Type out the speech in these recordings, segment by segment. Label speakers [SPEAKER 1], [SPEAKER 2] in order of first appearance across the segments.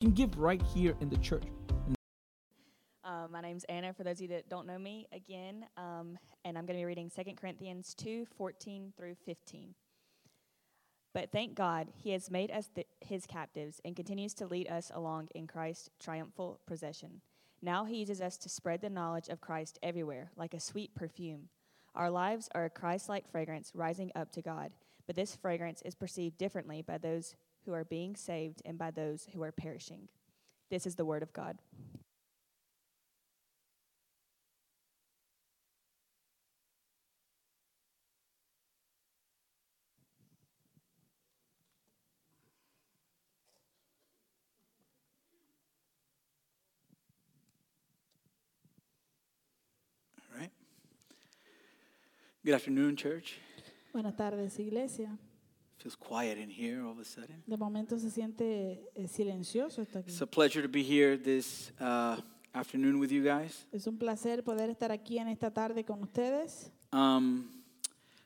[SPEAKER 1] can give right here in the church.
[SPEAKER 2] Uh, my name's Anna, for those of you that don't know me again, um, and I'm going to be reading 2 Corinthians 2 14 through 15. But thank God, He has made us th- His captives and continues to lead us along in Christ's triumphal procession. Now He uses us to spread the knowledge of Christ everywhere, like a sweet perfume. Our lives are a Christ like fragrance rising up to God, but this fragrance is perceived differently by those who are being saved and by those who are perishing. This is the Word of God.
[SPEAKER 3] All right. Good afternoon, church.
[SPEAKER 4] Buenas tardes, iglesia.
[SPEAKER 3] Feels quiet in here all of a sudden.
[SPEAKER 4] De momento se siente eh, silencioso esto aquí.
[SPEAKER 3] It's a pleasure to be here this uh, afternoon with you guys.
[SPEAKER 4] Es un placer poder estar aquí en esta tarde con ustedes
[SPEAKER 3] Um,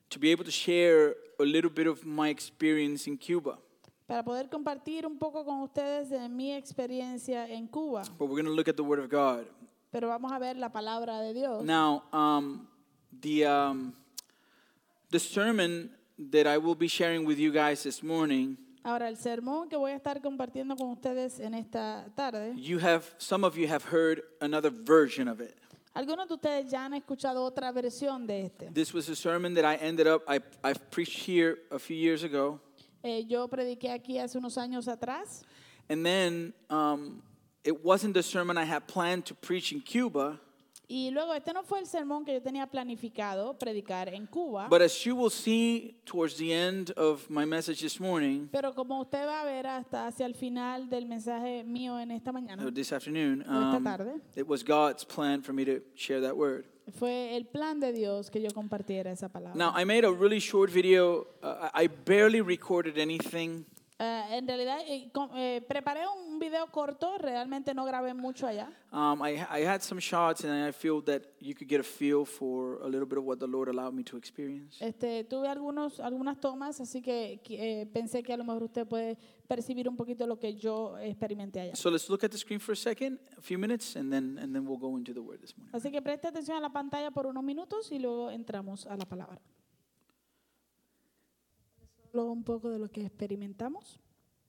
[SPEAKER 3] to be able to share a little bit of my experience in Cuba.
[SPEAKER 4] para poder compartir un poco con ustedes de mi experiencia en Cuba.
[SPEAKER 3] But we're going to look at the Word of God.
[SPEAKER 4] Pero vamos a ver la palabra de Dios.
[SPEAKER 3] Now, um, the, um, the sermon that I will be sharing with you guys this morning,
[SPEAKER 4] Ahora, el sermón que voy a estar compartiendo con ustedes en esta tarde,
[SPEAKER 3] you have, some of you have heard another version of it.
[SPEAKER 4] algunos de ustedes ya han escuchado otra versión de este.
[SPEAKER 3] This was a sermon that I ended up, I, I preached here a few years ago.
[SPEAKER 4] Eh, yo prediqué aquí hace unos años atrás
[SPEAKER 3] And then um, it wasn't the sermon I had planned to preach in Cuba,
[SPEAKER 4] y luego este no fue el sermón que yo tenía planificado predicar en Cuba.
[SPEAKER 3] but as you will see towards the end of my message this morning,
[SPEAKER 4] Pero como usted va a ver hasta hacia el final del mensaje mío en esta mañana,
[SPEAKER 3] or uh, this afternoon,
[SPEAKER 4] O esta
[SPEAKER 3] um,
[SPEAKER 4] tarde. Ah.
[SPEAKER 3] it was God's plan for me to share that word.
[SPEAKER 4] fue el plan de Dios que yo compartiera esa palabra.
[SPEAKER 3] Now, I made a really short video. Uh, I I barely recorded anything.
[SPEAKER 4] Eh, en realidad, eh, com- eh, preparé un video corto, realmente no grabé mucho allá.
[SPEAKER 3] Um, I, I had some shots, and I feel that you could get a feel for a little bit of what the Lord allowed me to experience.
[SPEAKER 4] Este, tuve algunos, algunas tomas, así que qui- eh, pensé que a lo mejor usted puede percibir un poquito lo que yo experimenté allá.
[SPEAKER 3] So let's look at the screen for a second, a few minutes, and then and then we'll go into the word this morning.
[SPEAKER 4] Así que preste atención a la pantalla por unos minutos y luego entramos a la palabra. Luego un poco de lo que experimentamos.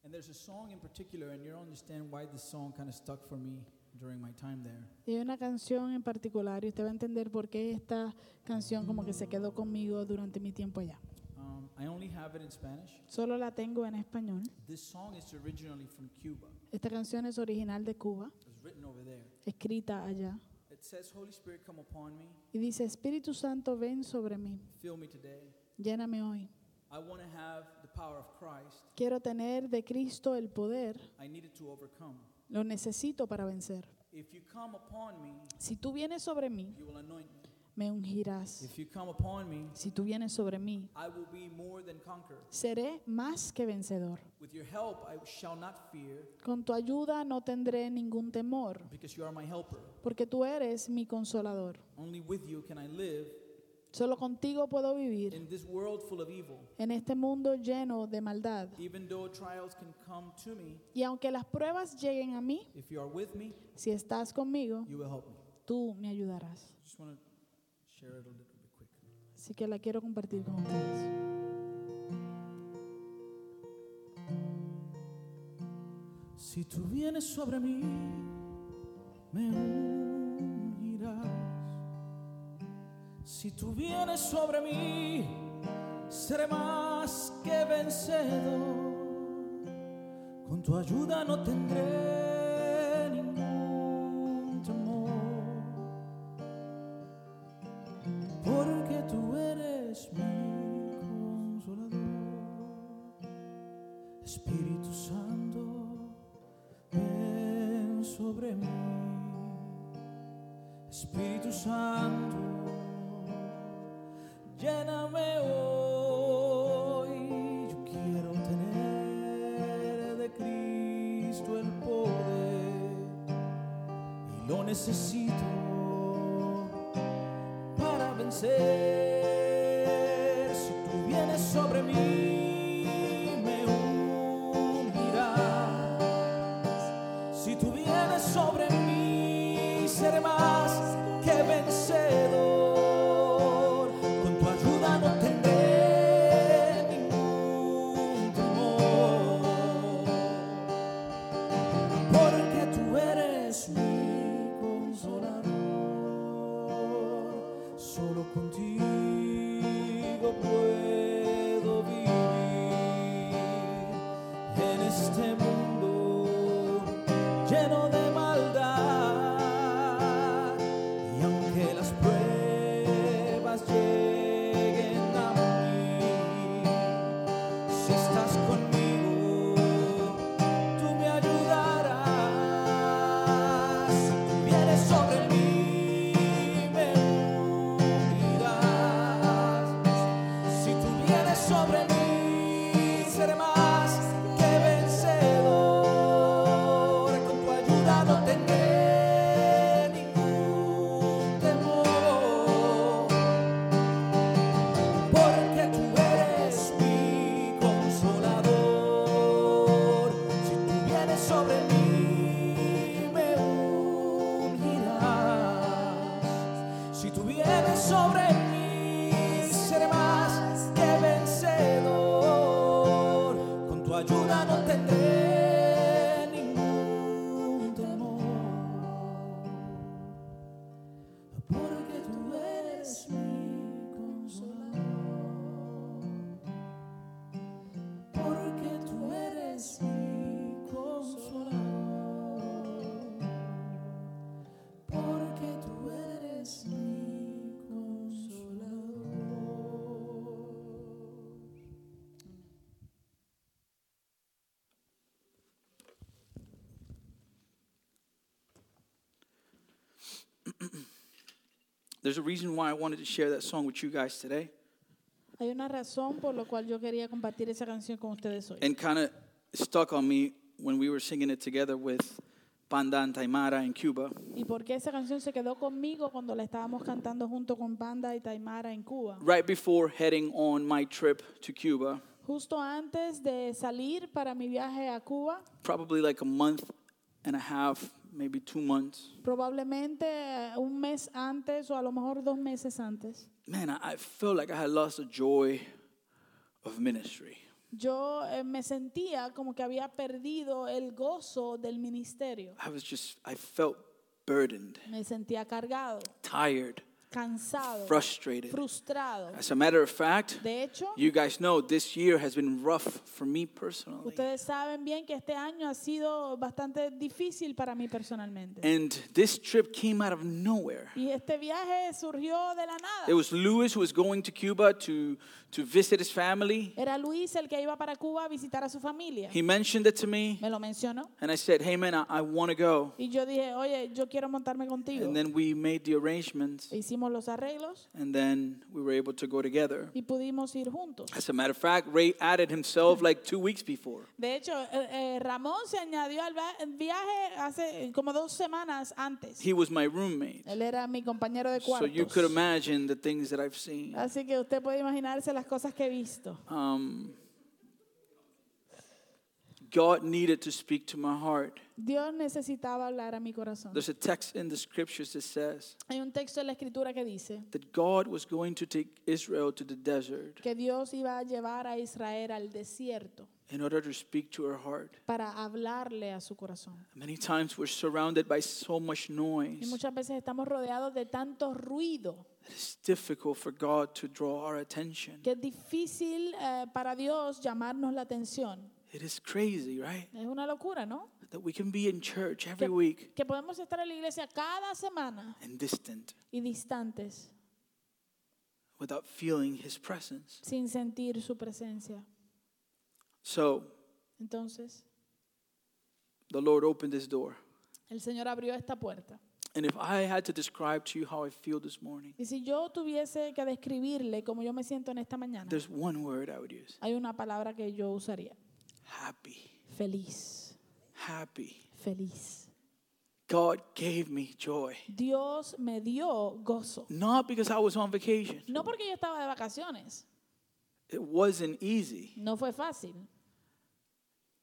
[SPEAKER 1] And there's a song in particular, and you'll understand why this song kind of stuck for me during my time there.
[SPEAKER 4] Y hay una canción en particular y usted va a entender por qué esta canción como que se quedó conmigo durante mi tiempo allá.
[SPEAKER 1] Um, I only have it in Spanish.
[SPEAKER 4] Solo la tengo en español.
[SPEAKER 1] This song is originally from Cuba.
[SPEAKER 4] Esta canción es original de Cuba,
[SPEAKER 1] It was written over there.
[SPEAKER 4] escrita allá.
[SPEAKER 1] It says, Holy Spirit, come upon me,
[SPEAKER 4] Y dice, Espíritu Santo, ven sobre mí,
[SPEAKER 1] fill me today.
[SPEAKER 4] lléname hoy.
[SPEAKER 1] I want to have the power of Christ.
[SPEAKER 4] Quiero tener de Cristo el poder,
[SPEAKER 1] I need it to overcome.
[SPEAKER 4] lo necesito para vencer.
[SPEAKER 1] If you come upon me,
[SPEAKER 4] Si tú vienes sobre mí,
[SPEAKER 1] you will anoint me.
[SPEAKER 4] me ungirás.
[SPEAKER 1] If you come upon me,
[SPEAKER 4] Si tú vienes sobre mí,
[SPEAKER 1] I will be more than conqueror.
[SPEAKER 4] seré más que vencedor.
[SPEAKER 1] With your help, I shall not fear,
[SPEAKER 4] Con tu ayuda no tendré ningún temor,
[SPEAKER 1] because you are my helper.
[SPEAKER 4] porque tú eres mi consolador.
[SPEAKER 1] Only with you can I live
[SPEAKER 4] Solo contigo puedo vivir
[SPEAKER 1] in this world full of evil.
[SPEAKER 4] en este mundo lleno de maldad.
[SPEAKER 1] Even though trials can come to me,
[SPEAKER 4] Y aunque las pruebas lleguen a mí,
[SPEAKER 1] if you are with me,
[SPEAKER 4] si estás conmigo,
[SPEAKER 1] you will help me.
[SPEAKER 4] tú me ayudarás.
[SPEAKER 1] Just want to share it a little bit quick.
[SPEAKER 4] Así que la quiero compartir con ustedes.
[SPEAKER 1] Si tú vienes sobre mí, me ungirás. Si tú vienes sobre mí, seré más que vencedor. Con tu ayuda no tendré ningún temor, porque tú eres mi consolador. Espíritu Santo, ven sobre mí. Espíritu Santo, lléname hoy. Yo quiero tener de Cristo el poder y lo necesito para vencer. Si tú vienes sobre mí, me unirás.
[SPEAKER 3] Si tú vienes sobre mí, seré más que vencedor. Con tu ayuda no tendré ningún temor. Porque tú eres mi consolador. Solo contigo puedo vivir en este mundo lleno de maldad. Y aunque las pruebas lleguen a mí, si estás conmigo, tú me ayudarás. Tú vienes sobre mí, me unirás. Si tú vienes sobre mí, seré más que vencedor. Con tu ayuda no tendré ningún temor. Porque tú eres mi consolador. Si tú vienes sobre mí, me unirás. Si tú vienes sobre mí, seré más que vencedor. Con tu ayuda no tendré ningún temor. Porque tú eres mi consolador. Porque tú eres mi consolador. Porque tú eres mi consolador.
[SPEAKER 5] There's a reason why I wanted to share that song with you guys today
[SPEAKER 4] Hay una razón por la cual yo quería compartir esa canción con ustedes hoy.
[SPEAKER 5] and kind of stuck on me when we were singing it together with Panda and Taimara in Cuba.
[SPEAKER 4] ¿Y por qué esa canción se quedó conmigo cuando la estábamos cantando junto con Panda y Taimara en Cuba?
[SPEAKER 5] Right before heading on my trip to Cuba,
[SPEAKER 4] Justo antes de salir para mi viaje a Cuba,
[SPEAKER 5] probably like a month and a half, maybe two months.
[SPEAKER 4] probablemente eh, un mes antes o a lo mejor dos meses antes,
[SPEAKER 5] Man, I, I felt like I had lost the joy of ministry.
[SPEAKER 4] yo eh, me sentía como que había perdido el gozo del ministerio.
[SPEAKER 5] I was just, I felt burdened,
[SPEAKER 4] Me sentía cargado,
[SPEAKER 5] tired,
[SPEAKER 4] cansado,
[SPEAKER 5] frustrated.
[SPEAKER 4] frustrado.
[SPEAKER 5] As a matter of fact,
[SPEAKER 4] De hecho,
[SPEAKER 5] you guys know this year has been rough for me personally.
[SPEAKER 4] ustedes saben bien que este año ha sido bastante difícil para mí personalmente.
[SPEAKER 5] And this trip came out of nowhere.
[SPEAKER 4] Y este viaje surgió de la nada.
[SPEAKER 5] It was Lewis who was going to Cuba to, to visit his family.
[SPEAKER 4] Era Luis el que iba para Cuba a visitar a su familia.
[SPEAKER 5] He mentioned it to me,
[SPEAKER 4] Me lo mencionó.
[SPEAKER 5] and I said, Hey man, I, I want to go.
[SPEAKER 4] Y yo dije, oye, yo quiero montarme contigo.
[SPEAKER 5] And then we made the arrangements,
[SPEAKER 4] Hicimos los arreglos
[SPEAKER 5] and then we were able to go together.
[SPEAKER 4] y pudimos ir juntos.
[SPEAKER 5] As a matter of fact, Ray added himself like two weeks before.
[SPEAKER 4] De hecho, eh, eh, Ramón se añadió al va- viaje hace eh, como dos semanas antes.
[SPEAKER 5] He was my roommate.
[SPEAKER 4] Él era mi compañero de
[SPEAKER 5] So you could
[SPEAKER 4] cuartos.
[SPEAKER 5] imagine the things that I've seen.
[SPEAKER 4] Así que usted puede imaginarse las cosas que he visto.
[SPEAKER 5] Um, God needed to speak to my heart.
[SPEAKER 4] Dios necesitaba hablar a mi corazón.
[SPEAKER 5] There's a text in the scriptures that says
[SPEAKER 4] Hay un texto en la escritura que dice
[SPEAKER 5] that God was going to take Israel to the desert
[SPEAKER 4] que Dios iba a llevar a Israel al desierto
[SPEAKER 5] in order to speak to her heart.
[SPEAKER 4] para hablarle a su corazón.
[SPEAKER 5] Many times we're surrounded by so much
[SPEAKER 4] Y
[SPEAKER 5] noise
[SPEAKER 4] muchas veces estamos rodeados de tanto ruido
[SPEAKER 5] that it's difficult for God to draw our attention.
[SPEAKER 4] que es difícil eh, para Dios llamarnos la atención.
[SPEAKER 5] It is crazy, right?
[SPEAKER 4] Es una locura, ¿no?
[SPEAKER 5] That we can be in church every
[SPEAKER 4] Que-
[SPEAKER 5] week
[SPEAKER 4] Que podemos estar en la iglesia cada semana
[SPEAKER 5] and distant
[SPEAKER 4] y distantes
[SPEAKER 5] without feeling His presence.
[SPEAKER 4] sin sentir su presencia.
[SPEAKER 5] So
[SPEAKER 4] Entonces,
[SPEAKER 5] the Lord opened this door.
[SPEAKER 4] el Señor abrió esta puerta.
[SPEAKER 5] And if I had to describe to you how I feel this morning,
[SPEAKER 4] Y si yo tuviese que describirle cómo yo me siento en esta mañana,
[SPEAKER 5] there's one word I would use
[SPEAKER 4] hay una palabra que yo usaría.
[SPEAKER 5] happy.
[SPEAKER 4] Feliz,
[SPEAKER 5] Happy.
[SPEAKER 4] feliz.
[SPEAKER 5] God gave me joy.
[SPEAKER 4] Dios me dio gozo.
[SPEAKER 5] Not because I was on vacation,
[SPEAKER 4] No porque yo estaba de vacaciones,
[SPEAKER 5] it wasn't easy.
[SPEAKER 4] no fue fácil.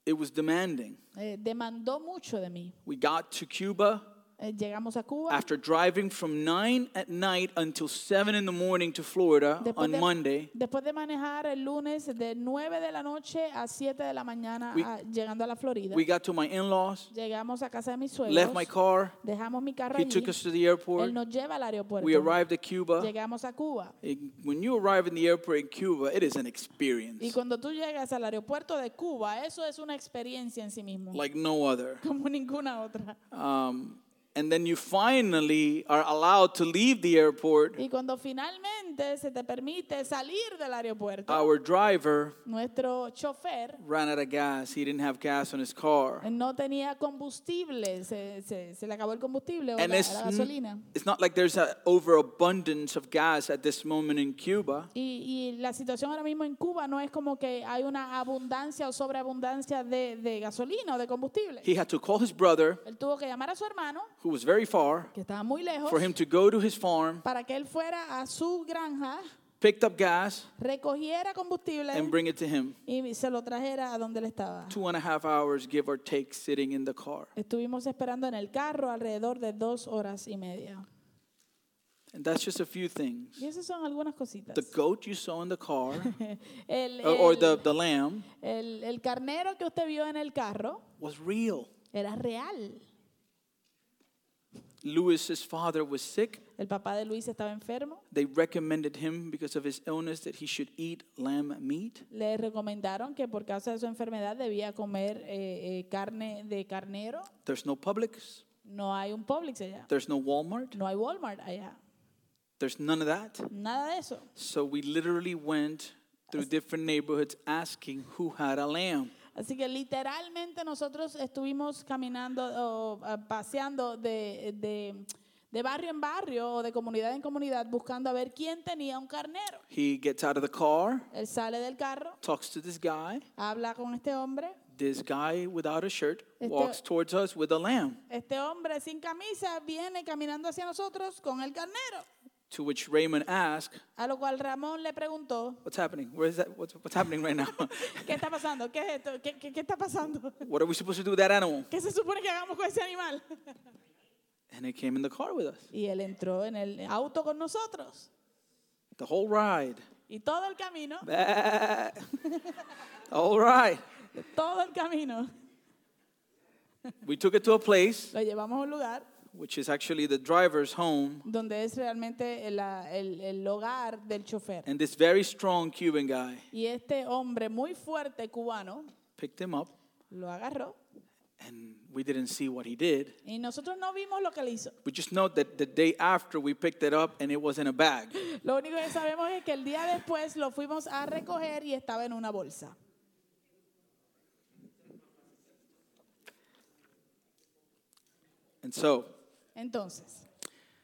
[SPEAKER 3] it was demanding.
[SPEAKER 4] Eh, demandó mucho de mí.
[SPEAKER 3] We got to Cuba
[SPEAKER 4] Eh, llegamos a Cuba.
[SPEAKER 3] after driving from 9 at night until 7 in the morning to Florida
[SPEAKER 4] Después
[SPEAKER 3] on
[SPEAKER 4] de,
[SPEAKER 3] Monday.
[SPEAKER 4] después de manejar el lunes de 9 de la noche a 7 de la mañana
[SPEAKER 3] We-
[SPEAKER 4] a- llegando a la Florida,
[SPEAKER 3] We got to my in laws,
[SPEAKER 4] llegamos a casa de mis
[SPEAKER 3] left
[SPEAKER 4] suegros,
[SPEAKER 3] my car.
[SPEAKER 4] dejamos mi carro
[SPEAKER 3] He
[SPEAKER 4] allí,
[SPEAKER 3] took us to the
[SPEAKER 4] él
[SPEAKER 3] airport.
[SPEAKER 4] nos lleva al aeropuerto,
[SPEAKER 3] We arrived at Cuba.
[SPEAKER 4] llegamos a Cuba.
[SPEAKER 3] It- When you arrive in the airport in Cuba, it is an
[SPEAKER 4] Y
[SPEAKER 3] experience
[SPEAKER 4] cuando tú llegas al aeropuerto de Cuba, eso es una experiencia en sí mismo,
[SPEAKER 3] like no other.
[SPEAKER 4] como ninguna otra.
[SPEAKER 3] Um, and then you finally are allowed to leave the airport.
[SPEAKER 4] Y cuando finalmente se te permite salir del aeropuerto,
[SPEAKER 3] Our driver
[SPEAKER 4] nuestro chofer
[SPEAKER 3] ran out of gas. He didn't have gas on his car.
[SPEAKER 4] no tenía combustible, se, se- se le acabó el combustible o la,
[SPEAKER 3] And it's, n-
[SPEAKER 4] la gasolina.
[SPEAKER 3] it's not like there's an overabundance of gas at this moment in Cuba.
[SPEAKER 4] Y, y la situación ahora mismo en Cuba no es como que hay una abundancia o sobreabundancia de, de gasolina o de combustible.
[SPEAKER 3] He had to call his brother,
[SPEAKER 4] Él tuvo que llamar a su hermano,
[SPEAKER 3] who was very far,
[SPEAKER 4] que estaba muy lejos,
[SPEAKER 3] for him to go to his farm,
[SPEAKER 4] para que él fuera a su granja,
[SPEAKER 3] picked up gas,
[SPEAKER 4] recogiera combustible
[SPEAKER 3] and bring it to him.
[SPEAKER 4] y se lo trajera a donde él estaba.
[SPEAKER 3] Two and a half hours, give or take, sitting in the car.
[SPEAKER 4] Estuvimos esperando en el carro alrededor de dos horas y media.
[SPEAKER 3] And that's just a few things.
[SPEAKER 4] Y esas son algunas cositas.
[SPEAKER 3] The goat you saw in the car,
[SPEAKER 4] El,
[SPEAKER 3] or, or
[SPEAKER 4] el-
[SPEAKER 3] the, the lamb,
[SPEAKER 4] el- el carnero que usted vio en el carro
[SPEAKER 3] was real.
[SPEAKER 4] era real.
[SPEAKER 3] Lewis's father was sick.
[SPEAKER 4] El papá de Luis estaba enfermo.
[SPEAKER 3] They recommended him because of his illness that he should eat lamb meat.
[SPEAKER 4] Le recomendaron que por causa de su enfermedad debía comer eh, eh, carne de carnero.
[SPEAKER 3] There's no Publix,
[SPEAKER 4] No hay un Publix allá.
[SPEAKER 3] there's no Walmart,
[SPEAKER 4] No hay Walmart allá.
[SPEAKER 3] there's none of that.
[SPEAKER 4] Nada de eso.
[SPEAKER 3] So we literally went through different neighborhoods asking who had a lamb.
[SPEAKER 4] Así que literalmente nosotros estuvimos caminando o ah, paseando de, de- de barrio en barrio o de comunidad en comunidad buscando a ver quién tenía un carnero.
[SPEAKER 3] He gets out of the car,
[SPEAKER 4] Él sale del carro,
[SPEAKER 3] talks to this guy.
[SPEAKER 4] habla con este hombre.
[SPEAKER 3] This guy without a shirt
[SPEAKER 4] Este-
[SPEAKER 3] walks towards us with a lamb,
[SPEAKER 4] Este hombre sin camisa viene caminando hacia nosotros con el carnero.
[SPEAKER 3] to which Raymond asked,
[SPEAKER 4] A lo cual Ramón le preguntó,
[SPEAKER 3] What's happening? Where is that? What's, what's happening right now?
[SPEAKER 4] ¿Qué está pasando? ¿Qué es esto? ¿Qué, qué, qué está pasando?
[SPEAKER 3] what are we supposed to do with that animal?
[SPEAKER 4] ¿Qué se supone que hagamos con ese animal?
[SPEAKER 3] And he came in the car with us
[SPEAKER 4] Y él entró en el auto con nosotros.
[SPEAKER 3] the whole ride.
[SPEAKER 4] Y todo el camino,
[SPEAKER 3] All right.
[SPEAKER 4] todo el camino,
[SPEAKER 3] We took it to a place,
[SPEAKER 4] lo llevamos a un lugar
[SPEAKER 3] which is actually the driver's home,
[SPEAKER 4] donde es realmente el, ah, el- el hogar del chofer.
[SPEAKER 3] and this very strong Cuban guy
[SPEAKER 4] Y este hombre muy fuerte cubano
[SPEAKER 3] picked him up,
[SPEAKER 4] lo agarró
[SPEAKER 3] and we didn't see what he did.
[SPEAKER 4] y nosotros no vimos lo que le hizo.
[SPEAKER 3] We just know that the day after we picked it up, and it was in a bag.
[SPEAKER 4] Lo único que sabemos es que el día después lo fuimos a recoger y estaba en una bolsa.
[SPEAKER 3] And so
[SPEAKER 4] Entonces,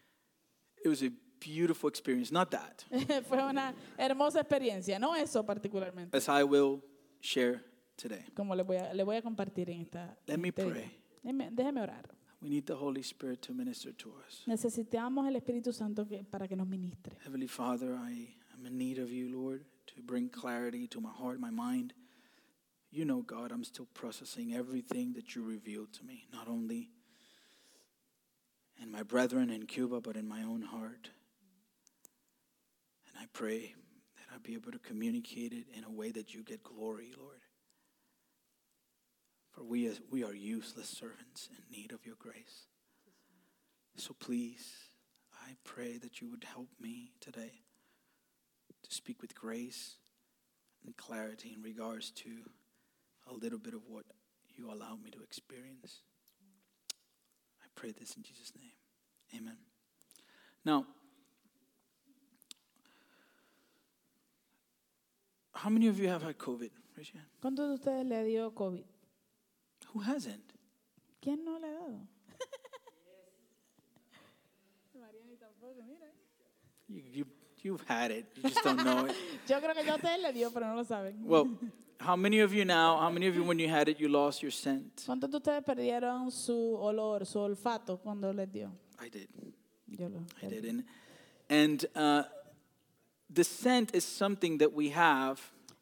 [SPEAKER 3] it was a beautiful experience. Not that,
[SPEAKER 4] fue una hermosa experiencia, no eso particularmente.
[SPEAKER 3] as I will share today.
[SPEAKER 4] como le voy a, le voy a compartir en esta.
[SPEAKER 3] Let
[SPEAKER 4] en
[SPEAKER 3] me
[SPEAKER 4] este
[SPEAKER 3] pray.
[SPEAKER 4] video. Déjeme, déjeme orar.
[SPEAKER 3] We need the Holy Spirit to minister to us.
[SPEAKER 4] Necesitamos el Espíritu Santo que- para que nos ministre.
[SPEAKER 3] Heavenly Father, I am in need of you, Lord, to bring clarity to my heart, my mind. You know, God, I'm still processing everything that you revealed to me, not only in my brethren in Cuba, but in my own heart. And I pray that I be able to communicate it in a way that you get glory, Lord. For we, as, we are useless servants in need of your grace. So please, I pray that you would help me today to speak with grace and clarity in regards to a little bit of what you allow me to experience. I pray this in Jesus' name. Amen. Now, how many of you have had COVID? Raise your hand.
[SPEAKER 4] ¿Cuántos de ustedes le dio COVID?
[SPEAKER 3] Who hasn't?
[SPEAKER 4] ¿Quién no le ha dado?
[SPEAKER 3] You, you, you've had it, you just don't know it.
[SPEAKER 4] Yo creo que ya a ustedes le dio, pero no lo saben.
[SPEAKER 3] Well, how many of you now, how many of you when you had it, you lost your scent?
[SPEAKER 4] ¿Cuántos de ustedes perdieron su olor, su olfato cuando les dio?
[SPEAKER 3] I did.
[SPEAKER 4] Yo lo
[SPEAKER 3] I
[SPEAKER 4] perdí.
[SPEAKER 3] did. And, and uh, the scent is something that we have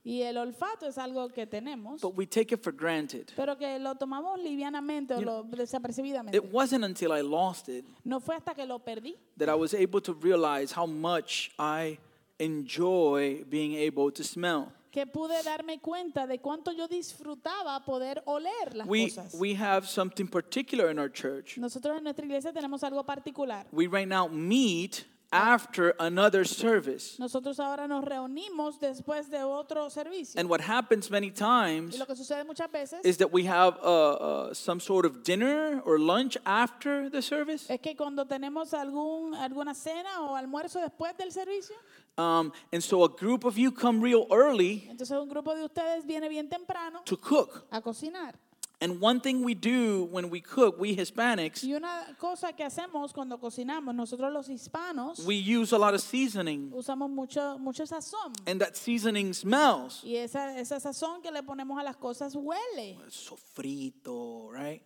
[SPEAKER 4] Y el olfato es algo que tenemos,
[SPEAKER 3] but we take it for granted.
[SPEAKER 4] pero que lo tomamos livianamente o
[SPEAKER 3] You
[SPEAKER 4] lo desapercibidamente.
[SPEAKER 3] It wasn't until I lost it
[SPEAKER 4] No fue hasta que lo perdí
[SPEAKER 3] that I was able to realize how much I enjoy being able to smell.
[SPEAKER 4] que pude darme cuenta de cuánto yo disfrutaba poder oler las
[SPEAKER 3] We,
[SPEAKER 4] cosas.
[SPEAKER 3] we have something particular in our church.
[SPEAKER 4] Nosotros en nuestra iglesia tenemos algo particular.
[SPEAKER 3] We right now meet after another service.
[SPEAKER 4] Nosotros ahora nos reunimos después de otro servicio.
[SPEAKER 3] And what happens many
[SPEAKER 4] Y
[SPEAKER 3] times
[SPEAKER 4] lo que sucede muchas veces
[SPEAKER 3] is that we have uh, uh, some sort of dinner or lunch after the service.
[SPEAKER 4] es que cuando tenemos algún, alguna cena o almuerzo después del servicio,
[SPEAKER 3] Um, and so a group of you come real early
[SPEAKER 4] entonces un grupo de ustedes viene bien temprano
[SPEAKER 3] to cook.
[SPEAKER 4] a cocinar.
[SPEAKER 3] And one thing we do when we cook, we Hispanics,
[SPEAKER 4] Y una cosa que hacemos cuando cocinamos, nosotros los hispanos
[SPEAKER 3] we use a lot of seasoning.
[SPEAKER 4] usamos mucho, mucho sazón.
[SPEAKER 3] And that seasoning smells.
[SPEAKER 4] Y esa, esa sazón que le ponemos a las cosas huele.
[SPEAKER 3] sofrito, right?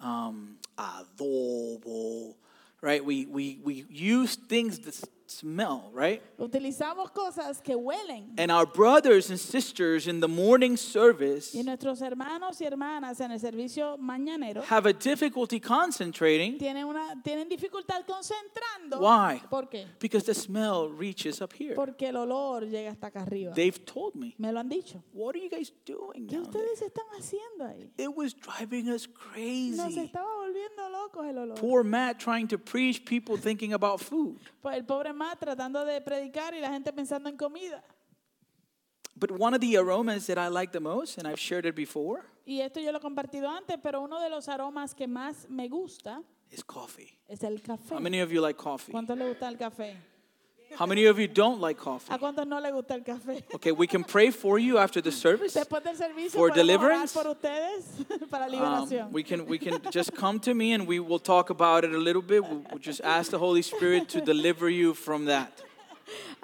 [SPEAKER 3] Um, adobo, right? We, we, we use things that s- smell, right?
[SPEAKER 4] Utilizamos cosas que huelen.
[SPEAKER 3] And our brothers and sisters in the morning service
[SPEAKER 4] Y nuestros hermanos y hermanas en el servicio mañanero
[SPEAKER 3] have a difficulty concentrating
[SPEAKER 4] tienen, una, tienen dificultad concentrando.
[SPEAKER 3] Why?
[SPEAKER 4] ¿Por qué?
[SPEAKER 3] because the smell reaches up here.
[SPEAKER 4] Porque el olor llega hasta acá arriba.
[SPEAKER 3] They've told me,
[SPEAKER 4] Me lo han dicho.
[SPEAKER 3] what are you guys doing
[SPEAKER 4] ¿Qué
[SPEAKER 3] down there?"
[SPEAKER 4] ustedes están haciendo ahí?
[SPEAKER 3] It was driving us
[SPEAKER 4] Nos
[SPEAKER 3] crazy.
[SPEAKER 4] estaba volviendo locos el olor.
[SPEAKER 3] Poor Matt trying to preach, people thinking about food.
[SPEAKER 4] Pues El pobre Matt tratando de predicar y la gente pensando en comida.
[SPEAKER 3] But one of the aromas that I like the most, and I've shared it before,
[SPEAKER 4] Y esto yo lo he compartido antes, pero uno de los aromas que más me gusta
[SPEAKER 3] is coffee.
[SPEAKER 4] es el café.
[SPEAKER 3] How many of you like coffee?
[SPEAKER 4] ¿Cuántos le gusta el café?
[SPEAKER 3] How many of you don't like coffee?
[SPEAKER 4] ¿A cuántos no le gusta el café?
[SPEAKER 3] Okay, we can pray for you after the service.
[SPEAKER 4] Después del servicio
[SPEAKER 3] For
[SPEAKER 4] podemos orar
[SPEAKER 3] deliverance?
[SPEAKER 4] por ustedes para
[SPEAKER 3] Um,
[SPEAKER 4] liberación.
[SPEAKER 3] we can we can just come to me and we will talk about it a little bit. We'll, we'll just ask the Holy Spirit to deliver you from that.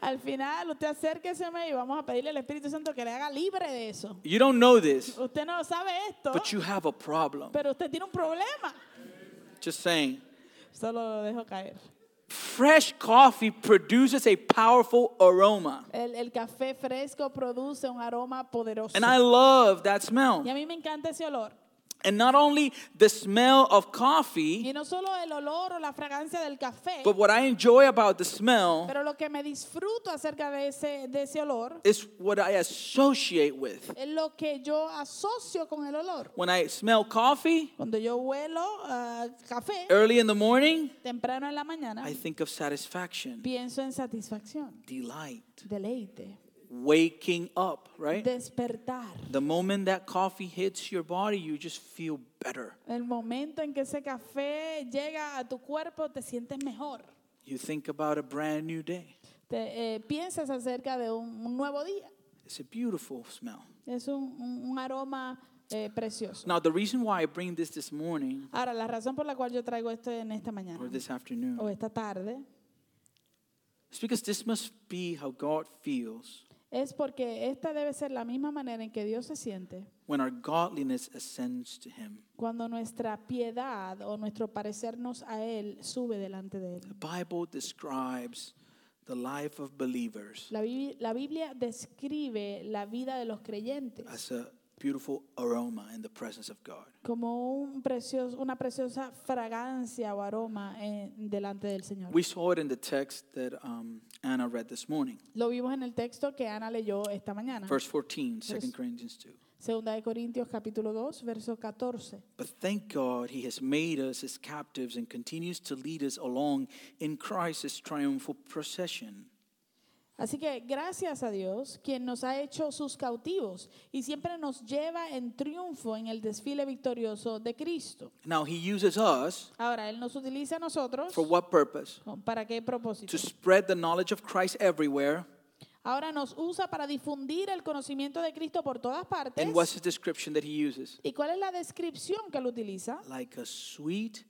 [SPEAKER 4] Al final, usted acérqueseme y vamos a pedirle al Espíritu Santo que le haga libre de eso.
[SPEAKER 3] You don't know this,
[SPEAKER 4] Usted no sabe esto,
[SPEAKER 3] but you have a problem.
[SPEAKER 4] pero usted tiene un problema.
[SPEAKER 3] Just saying.
[SPEAKER 4] Solo lo dejo caer.
[SPEAKER 3] Fresh coffee produces a powerful aroma,
[SPEAKER 4] El, el café fresco produce un aroma poderoso.
[SPEAKER 3] and I love that
[SPEAKER 4] y a
[SPEAKER 3] smell.
[SPEAKER 4] mí me encanta ese olor.
[SPEAKER 3] And not only the smell of
[SPEAKER 4] Y
[SPEAKER 3] coffee,
[SPEAKER 4] no solo el olor o la fragancia del café,
[SPEAKER 3] but what I enjoy about the smell
[SPEAKER 4] pero lo que me disfruto acerca de ese, de ese olor
[SPEAKER 3] is what I associate with.
[SPEAKER 4] es lo que yo asocio con el olor.
[SPEAKER 3] When I smell coffee
[SPEAKER 4] Cuando yo huelo a café
[SPEAKER 3] early in the morning,
[SPEAKER 4] temprano en la mañana,
[SPEAKER 3] I think of satisfaction,
[SPEAKER 4] pienso en satisfacción,
[SPEAKER 3] delight,
[SPEAKER 4] deleite,
[SPEAKER 3] waking up, right?
[SPEAKER 4] despertar.
[SPEAKER 3] The moment that coffee hits your body, you just feel better.
[SPEAKER 4] El momento en que ese café llega a tu cuerpo, te sientes mejor.
[SPEAKER 3] You think about a brand new day.
[SPEAKER 4] Te, eh, piensas acerca de un, un nuevo día.
[SPEAKER 3] It's a beautiful smell.
[SPEAKER 4] Es un, un- un aroma eh, precioso.
[SPEAKER 3] Now, the reason why I bring this this morning
[SPEAKER 4] Ahora, la razón por la cual yo traigo esto en esta mañana
[SPEAKER 3] or this afternoon
[SPEAKER 4] o esta tarde
[SPEAKER 3] is because this must be how God feels
[SPEAKER 4] es porque esta debe ser la misma manera en que Dios se siente
[SPEAKER 3] when our godliness ascends to Him.
[SPEAKER 4] cuando nuestra piedad o nuestro parecernos a Él sube delante de Él.
[SPEAKER 3] The Bible describes the life of believers
[SPEAKER 4] La, Bibli- la Biblia describe la vida de los creyentes
[SPEAKER 3] as a beautiful aroma in the presence of God.
[SPEAKER 4] como un precioso, una preciosa fragancia o aroma eh, delante del Señor.
[SPEAKER 3] We saw it in the text that um, Anna read this morning,
[SPEAKER 4] Lo vimos en el texto que Ana leyó esta mañana.
[SPEAKER 3] verse 14, 2
[SPEAKER 4] Verse-
[SPEAKER 3] Corinthians 2.
[SPEAKER 4] Segunda de Corintios capítulo 2, verso 14.
[SPEAKER 3] But thank God he has made us his captives and continues to lead us along in Christ's triumphal procession.
[SPEAKER 4] Así que gracias a Dios, quien nos ha hecho sus cautivos y siempre nos lleva en triunfo en el desfile victorioso de Cristo.
[SPEAKER 3] Now he uses us
[SPEAKER 4] Ahora, Él nos utiliza a nosotros.
[SPEAKER 3] for what purpose?
[SPEAKER 4] ¿Para qué propósito?
[SPEAKER 3] To spread the knowledge of Christ everywhere.
[SPEAKER 4] Ahora nos usa para difundir el conocimiento de Cristo por todas partes.
[SPEAKER 3] And what's the description that he uses?
[SPEAKER 4] ¿Y cuál es la descripción que Él utiliza?
[SPEAKER 3] Like a sweet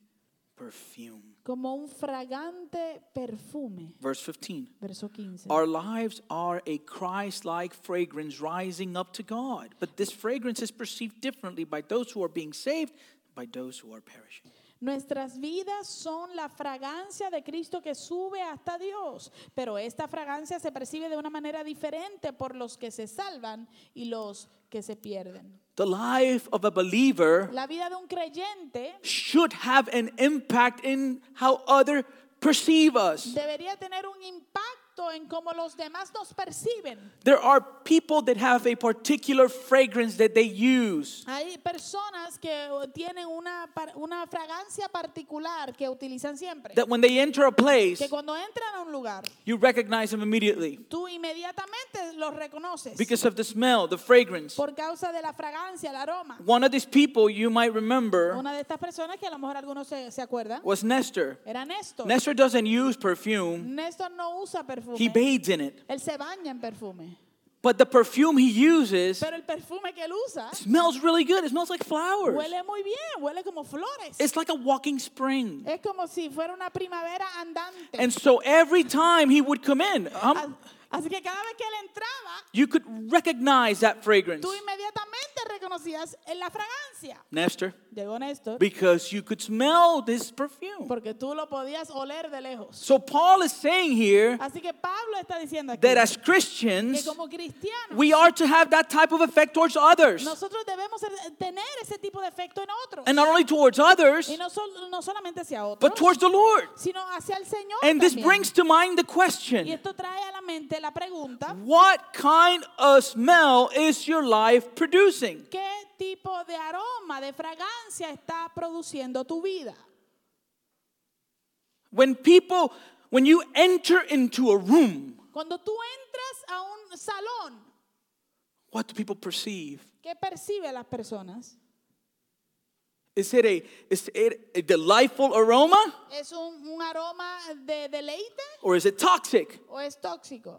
[SPEAKER 3] perfume.
[SPEAKER 4] Como un fragante perfume.
[SPEAKER 3] Verse 15.
[SPEAKER 4] Verso 15.
[SPEAKER 3] Our lives are a Christ like fragrance rising up to God. But this fragrance is perceived differently by those who are being saved, by those who are perishing.
[SPEAKER 4] Nuestras vidas son la fragancia de Cristo que sube hasta Dios, pero esta fragancia se percibe de una manera diferente por los que se salvan y los que se pierden.
[SPEAKER 3] The life of a believer
[SPEAKER 4] La vida de un creyente
[SPEAKER 3] should have an impact in how other perceive us.
[SPEAKER 4] debería tener un impacto en cómo los demás nos perciben.
[SPEAKER 3] There are people that have a particular fragrance that they use.
[SPEAKER 4] Hay personas que tienen una, par- una fragancia particular que utilizan siempre.
[SPEAKER 3] That when they enter a place,
[SPEAKER 4] Que cuando entran a un lugar,
[SPEAKER 3] you recognize them immediately
[SPEAKER 4] tú inmediatamente los reconoces.
[SPEAKER 3] because of the smell, the fragrance.
[SPEAKER 4] por causa de la fragancia, el aroma.
[SPEAKER 3] One of these people you might remember
[SPEAKER 4] Una de estas personas que a lo mejor algunos se, se acuerdan
[SPEAKER 3] was Nestor.
[SPEAKER 4] era Néstor.
[SPEAKER 3] Nestor doesn't use perfume,
[SPEAKER 4] Néstor no usa perfume.
[SPEAKER 3] he bathes in it.
[SPEAKER 4] él se baña en perfume.
[SPEAKER 3] But the perfume he uses
[SPEAKER 4] Pero el perfume que él usa
[SPEAKER 3] smells really good. It smells like flowers.
[SPEAKER 4] huele muy bien, huele como flores.
[SPEAKER 3] It's like a walking spring.
[SPEAKER 4] es como si fuera una primavera andante.
[SPEAKER 3] And so every time he would come in, um,
[SPEAKER 4] A- Así que cada vez que él entraba,
[SPEAKER 3] you could recognize that fragrance.
[SPEAKER 4] tú inmediatamente reconocías en la fragancia.
[SPEAKER 3] Nestor,
[SPEAKER 4] Llegó Néstor
[SPEAKER 3] because you could smell this perfume.
[SPEAKER 4] porque tú lo podías oler de lejos.
[SPEAKER 3] So Paul is saying here
[SPEAKER 4] Así que Pablo está diciendo aquí
[SPEAKER 3] that as
[SPEAKER 4] Ah. que
[SPEAKER 3] Christians,
[SPEAKER 4] como cristianos
[SPEAKER 3] we are to have that type of effect towards others.
[SPEAKER 4] Nosotros debemos ser- tener ese tipo de efecto en otros.
[SPEAKER 3] And not only towards others,
[SPEAKER 4] y no, sol- no solamente hacia otros,
[SPEAKER 3] but towards the Lord.
[SPEAKER 4] sino hacia el Señor.
[SPEAKER 3] And this
[SPEAKER 4] también.
[SPEAKER 3] brings to mind the
[SPEAKER 4] y
[SPEAKER 3] question
[SPEAKER 4] esto trae a la mente la pregunta,
[SPEAKER 3] what kind of smell is your life producing?
[SPEAKER 4] ¿qué tipo de aroma, de fragancia está produciendo tu vida?
[SPEAKER 3] When people, when you enter into a room,
[SPEAKER 4] Cuando tú entras a un salón,
[SPEAKER 3] what do people perceive?
[SPEAKER 4] ¿qué percibe las personas?
[SPEAKER 3] Is it a, is it a delightful aroma
[SPEAKER 4] ¿Es un, un aroma de deleite
[SPEAKER 3] or is it toxic?
[SPEAKER 4] o es tóxico?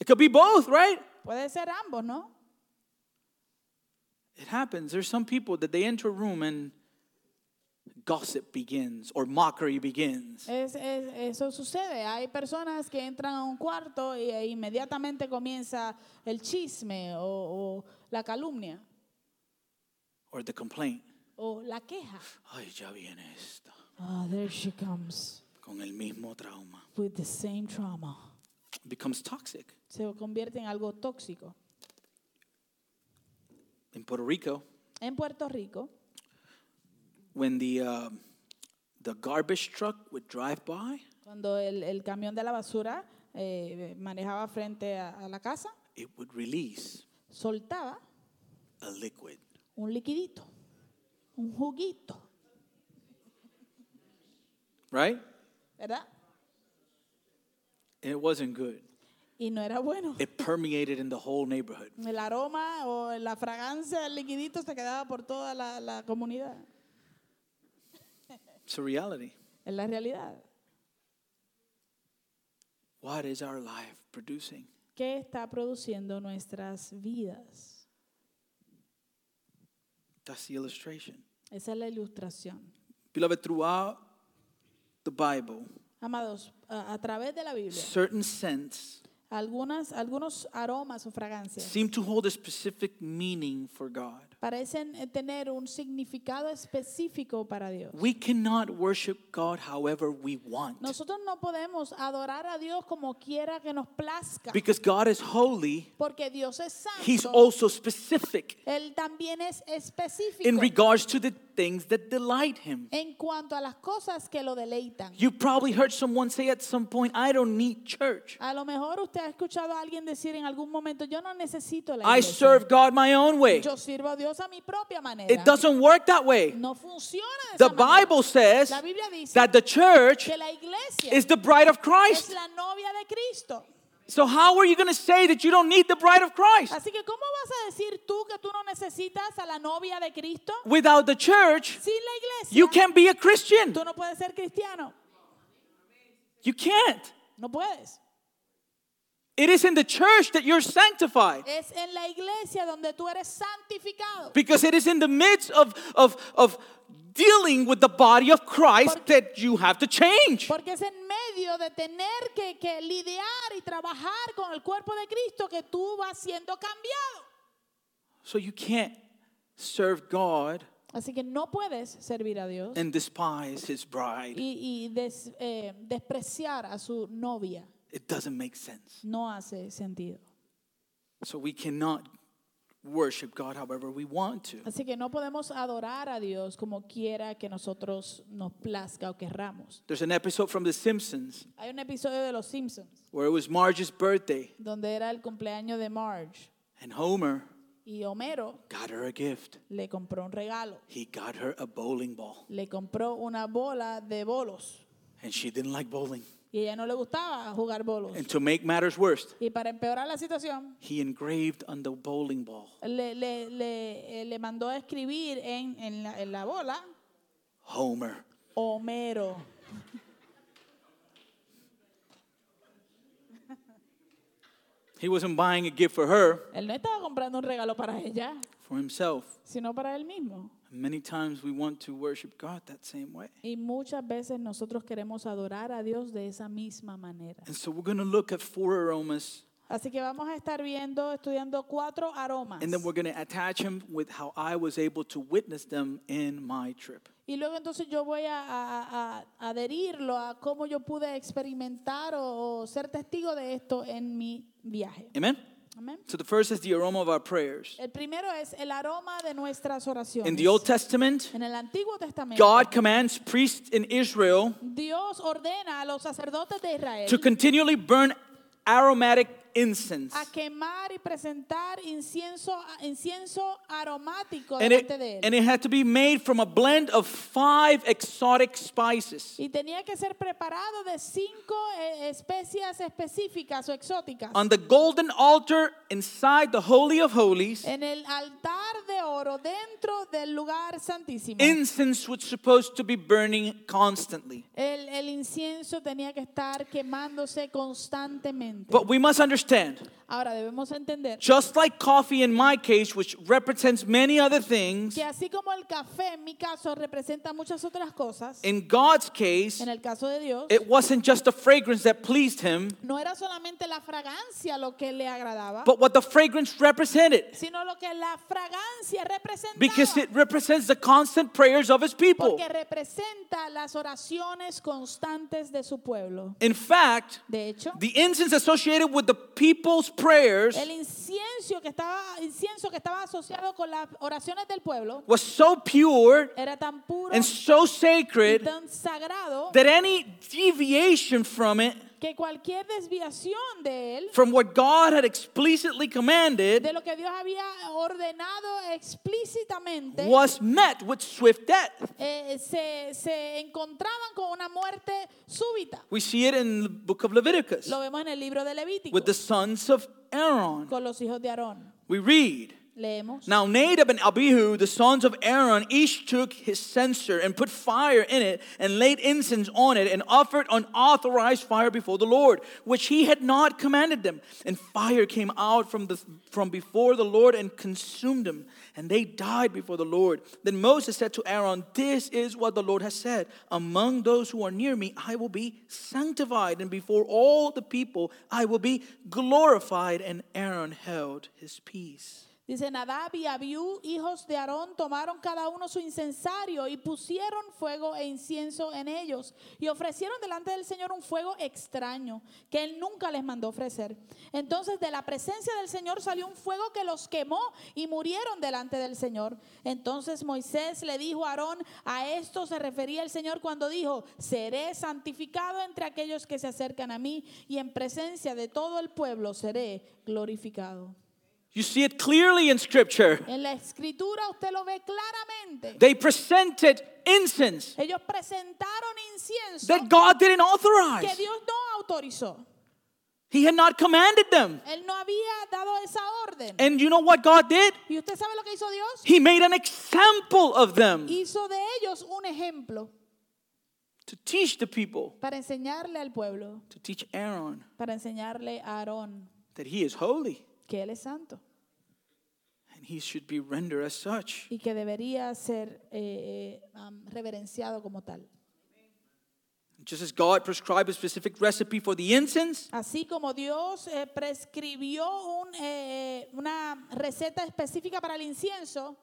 [SPEAKER 3] It could be both, right?
[SPEAKER 4] Puede ser ambos, ¿no?
[SPEAKER 3] It happens. There's some people that they enter a room and gossip begins or mockery begins.
[SPEAKER 4] Es- es- eso sucede. Hay personas que entran a un cuarto y e inmediatamente comienza el chisme o, o la calumnia
[SPEAKER 3] Or the complaint.
[SPEAKER 4] o la queja.
[SPEAKER 3] Ay, ya viene esta.
[SPEAKER 4] Ah, there she comes
[SPEAKER 3] Con el mismo trauma.
[SPEAKER 4] with the same trauma.
[SPEAKER 3] It becomes toxic.
[SPEAKER 4] Se convierte en algo tóxico.
[SPEAKER 3] In Puerto Rico,
[SPEAKER 4] En Puerto Rico,
[SPEAKER 3] when the, um, the garbage truck would drive by,
[SPEAKER 4] cuando el, el camión de la basura eh, manejaba frente a, a la casa,
[SPEAKER 3] it would release
[SPEAKER 4] soltaba
[SPEAKER 3] a liquid.
[SPEAKER 4] un liquidito, un juguito,
[SPEAKER 3] right?
[SPEAKER 4] ¿verdad?
[SPEAKER 3] And it wasn't good.
[SPEAKER 4] Y no era bueno.
[SPEAKER 3] It permeated in the whole neighborhood.
[SPEAKER 4] El aroma o la fragancia del liquidito se quedaba por toda la, la comunidad.
[SPEAKER 3] It's a reality.
[SPEAKER 4] Es la realidad.
[SPEAKER 3] What is our life producing?
[SPEAKER 4] ¿Qué está produciendo nuestras vidas?
[SPEAKER 3] That's the illustration.
[SPEAKER 4] Esa es la ilustración.
[SPEAKER 3] Beloved, throughout the Bible,
[SPEAKER 4] Amados, a, a través de la Biblia,
[SPEAKER 3] certain scents
[SPEAKER 4] algunas, algunos aromas o fragancias
[SPEAKER 3] seem to hold a specific meaning for God.
[SPEAKER 4] parecen eh, tener un significado específico para Dios.
[SPEAKER 3] We cannot worship God however we want
[SPEAKER 4] Nosotros no podemos adorar a Dios como quiera que nos plazca,
[SPEAKER 3] because God is holy.
[SPEAKER 4] porque Dios es
[SPEAKER 3] He's
[SPEAKER 4] santo.
[SPEAKER 3] also specific
[SPEAKER 4] Él también es específico
[SPEAKER 3] in regards to the things that delight Him.
[SPEAKER 4] en cuanto a las cosas que lo deleitan.
[SPEAKER 3] You probably heard someone say at some point, I don't need church.
[SPEAKER 4] A lo mejor usted ha escuchado a alguien decir en algún momento, yo no necesito la
[SPEAKER 3] I
[SPEAKER 4] iglesia.
[SPEAKER 3] serve God my own way.
[SPEAKER 4] Yo sirvo a Dios a mi propia manera.
[SPEAKER 3] It doesn't work that way.
[SPEAKER 4] no funciona de
[SPEAKER 3] The
[SPEAKER 4] esa manera.
[SPEAKER 3] Bible says
[SPEAKER 4] La Biblia dice
[SPEAKER 3] that the church
[SPEAKER 4] que la iglesia
[SPEAKER 3] is the bride of
[SPEAKER 4] es
[SPEAKER 3] Christ.
[SPEAKER 4] la novia de Cristo.
[SPEAKER 3] So how are you going to say that you don't need the bride of Christ
[SPEAKER 4] Así que ¿cómo vas a decir tú que tú no necesitas a la novia de Cristo?
[SPEAKER 3] without the church?
[SPEAKER 4] Sin la iglesia
[SPEAKER 3] You can't be a Christian.
[SPEAKER 4] tú no puedes ser cristiano.
[SPEAKER 3] You can't.
[SPEAKER 4] No puedes.
[SPEAKER 3] It is in the church that you're sanctified
[SPEAKER 4] Es en la iglesia donde tú eres santificado.
[SPEAKER 3] because it is in the midst of of of dealing with the body of Christ that you have to change.
[SPEAKER 4] Porque es en medio de tener que, que lidiar y trabajar con el cuerpo de Cristo que tú vas siendo cambiado.
[SPEAKER 3] So you can't serve God
[SPEAKER 4] Así que no puedes servir a Dios
[SPEAKER 3] and despise his bride.
[SPEAKER 4] y, y des- eh, despreciar a su novia.
[SPEAKER 3] It doesn't make sense.
[SPEAKER 4] No hace sentido.
[SPEAKER 3] So we cannot worship God however we want to.
[SPEAKER 4] Así que no podemos adorar a Dios como quiera que nosotros nos plazca o querramos.
[SPEAKER 3] There's an episode from The Simpsons
[SPEAKER 4] Hay un episodio de Los Simpsons
[SPEAKER 3] where it was Marge's birthday
[SPEAKER 4] donde era el cumpleaños de Marge
[SPEAKER 3] and Homer
[SPEAKER 4] y Homero
[SPEAKER 3] got her a gift.
[SPEAKER 4] le compró un regalo.
[SPEAKER 3] He got her a bowling ball
[SPEAKER 4] Le compró una bola de bolos
[SPEAKER 3] and she didn't like bowling.
[SPEAKER 4] y a ella no le gustaba jugar bolos.
[SPEAKER 3] And to make matters worse,
[SPEAKER 4] Y para empeorar la situación,
[SPEAKER 3] he engraved on the bowling ball
[SPEAKER 4] le, le, le, eh, le mandó a escribir en, en, la, en la bola
[SPEAKER 3] Homer.
[SPEAKER 4] Homero.
[SPEAKER 3] He wasn't buying a gift for her,
[SPEAKER 4] Él no estaba comprando un regalo para ella,
[SPEAKER 3] for himself.
[SPEAKER 4] sino para él mismo.
[SPEAKER 3] Many times we want to worship God that same way.
[SPEAKER 4] Y muchas veces nosotros queremos adorar a Dios de esa misma manera.
[SPEAKER 3] And so we're going to look at four aromas
[SPEAKER 4] Así que vamos a estar viendo, estudiando cuatro aromas.
[SPEAKER 3] and then we're going to attach them with how I was able to witness them in my trip.
[SPEAKER 4] Y luego entonces yo voy a, a- a- a adherirlo a cómo yo pude experimentar o, o ser testigo de esto en mi viaje.
[SPEAKER 3] Amen?
[SPEAKER 4] Amén.
[SPEAKER 3] So the first is the aroma of our prayers.
[SPEAKER 4] El primero es el aroma de nuestras
[SPEAKER 3] In
[SPEAKER 4] oraciones.
[SPEAKER 3] the Old Testament,
[SPEAKER 4] en el Antiguo Testamento,
[SPEAKER 3] God commands priests in Israel
[SPEAKER 4] Dios ordena a los sacerdotes de Israel
[SPEAKER 3] to continually burn aromatic incense.
[SPEAKER 4] a quemar y presentar incienso, incienso aromático
[SPEAKER 3] And it,
[SPEAKER 4] delante de él.
[SPEAKER 3] and it had to be made from a blend of five exotic spices.
[SPEAKER 4] Y tenía que ser preparado de cinco eh, especias específicas o exóticas.
[SPEAKER 3] On the golden altar inside the Holy of Holies,
[SPEAKER 4] en el altar de oro dentro del lugar santísimo.
[SPEAKER 3] incense was supposed to be burning constantly.
[SPEAKER 4] el, el incienso tenía que estar quemándose constantemente.
[SPEAKER 3] But we must understand,
[SPEAKER 4] Ahora debemos entender
[SPEAKER 3] just like coffee in my case, which represents many other things,
[SPEAKER 4] que así como el café en mi caso representa muchas otras cosas,
[SPEAKER 3] in God's case,
[SPEAKER 4] en el caso de Dios,
[SPEAKER 3] it wasn't just the fragrance that pleased him,
[SPEAKER 4] no era solamente la fragancia lo que le agradaba,
[SPEAKER 3] but what the fragrance represented.
[SPEAKER 4] sino lo que la fragancia representaba.
[SPEAKER 3] Because it represents the constant prayers of his people.
[SPEAKER 4] porque representa las oraciones constantes de su pueblo.
[SPEAKER 3] In fact,
[SPEAKER 4] De hecho,
[SPEAKER 3] the incense associated with the people's prayers
[SPEAKER 4] el incienso que estaba incienso que estaba asociado con las oraciones del pueblo
[SPEAKER 3] was so pure
[SPEAKER 4] era tan puro
[SPEAKER 3] and so
[SPEAKER 4] y
[SPEAKER 3] sacred
[SPEAKER 4] tan sagrado
[SPEAKER 3] that any deviation from it,
[SPEAKER 4] que cualquier desviación de él
[SPEAKER 3] from what God had explicitly commanded,
[SPEAKER 4] de lo que Dios había ordenado explícitamente
[SPEAKER 3] was met with swift death.
[SPEAKER 4] eh, se, se encontraban con una muerte súbita.
[SPEAKER 3] We see it in the book of Leviticus
[SPEAKER 4] Lo vemos en el libro de Levítico
[SPEAKER 3] with the sons of Aaron.
[SPEAKER 4] con los hijos de Aarón.
[SPEAKER 3] We read.
[SPEAKER 4] Leemos.
[SPEAKER 3] Now Nadab and Abihu, the sons of Aaron, each took his censer and put fire in it and laid incense on it and offered unauthorized fire before the Lord, which he had not commanded them. And fire came out from, the, from before the Lord and consumed them, and they died before the Lord. Then Moses said to Aaron, This is what the Lord has said. Among those who are near me, I will be sanctified, and before all the people, I will be glorified. And Aaron held his peace.
[SPEAKER 4] Dice Nadab y Abiú, hijos de Aarón, tomaron cada uno su incensario y pusieron fuego e incienso en ellos y ofrecieron delante del Señor un fuego extraño que él nunca les mandó ofrecer. Entonces de la presencia del Señor salió un fuego que los quemó y murieron delante del Señor. Entonces Moisés le dijo a Aarón, a esto se refería el Señor cuando dijo, seré santificado entre aquellos que se acercan a mí y en presencia de todo el pueblo seré glorificado.
[SPEAKER 3] You see it clearly in scripture.
[SPEAKER 4] En la escritura usted lo ve claramente.
[SPEAKER 3] They presented incense
[SPEAKER 4] Ellos presentaron incienso
[SPEAKER 3] that God didn't
[SPEAKER 4] que
[SPEAKER 3] authorize.
[SPEAKER 4] Dios no autorizó.
[SPEAKER 3] He had not commanded them.
[SPEAKER 4] Él no había dado esa orden.
[SPEAKER 3] And you know what God did?
[SPEAKER 4] ¿Y usted sabe lo que hizo Dios?
[SPEAKER 3] He made an example of them
[SPEAKER 4] Hizo de ellos un ejemplo
[SPEAKER 3] to teach the people,
[SPEAKER 4] para enseñarle al pueblo,
[SPEAKER 3] to teach Aaron
[SPEAKER 4] para enseñarle a Aarón
[SPEAKER 3] that he is holy
[SPEAKER 4] que él es santo
[SPEAKER 3] and he should be rendered as such.
[SPEAKER 4] y que debería ser eh, eh, am, reverenciado como tal.
[SPEAKER 3] Just as God prescribed a specific recipe for the incense,
[SPEAKER 4] Así como Dios eh, prescribió un, eh, una receta específica para el incienso,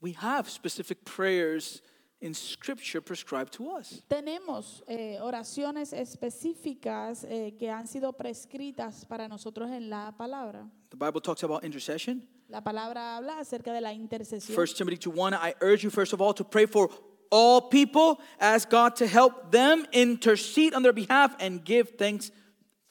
[SPEAKER 3] We have specific prayers in Scripture prescribed to us.
[SPEAKER 4] Tenemos eh, oraciones específicas eh, que han sido prescritas para nosotros en la palabra.
[SPEAKER 3] The Bible talks about intercession.
[SPEAKER 4] La palabra habla acerca de la intercesión.
[SPEAKER 3] 1 Timothy 2 1, I urge you, first of all, to pray for all people, ask God to help them, intercede on their behalf, and give thanks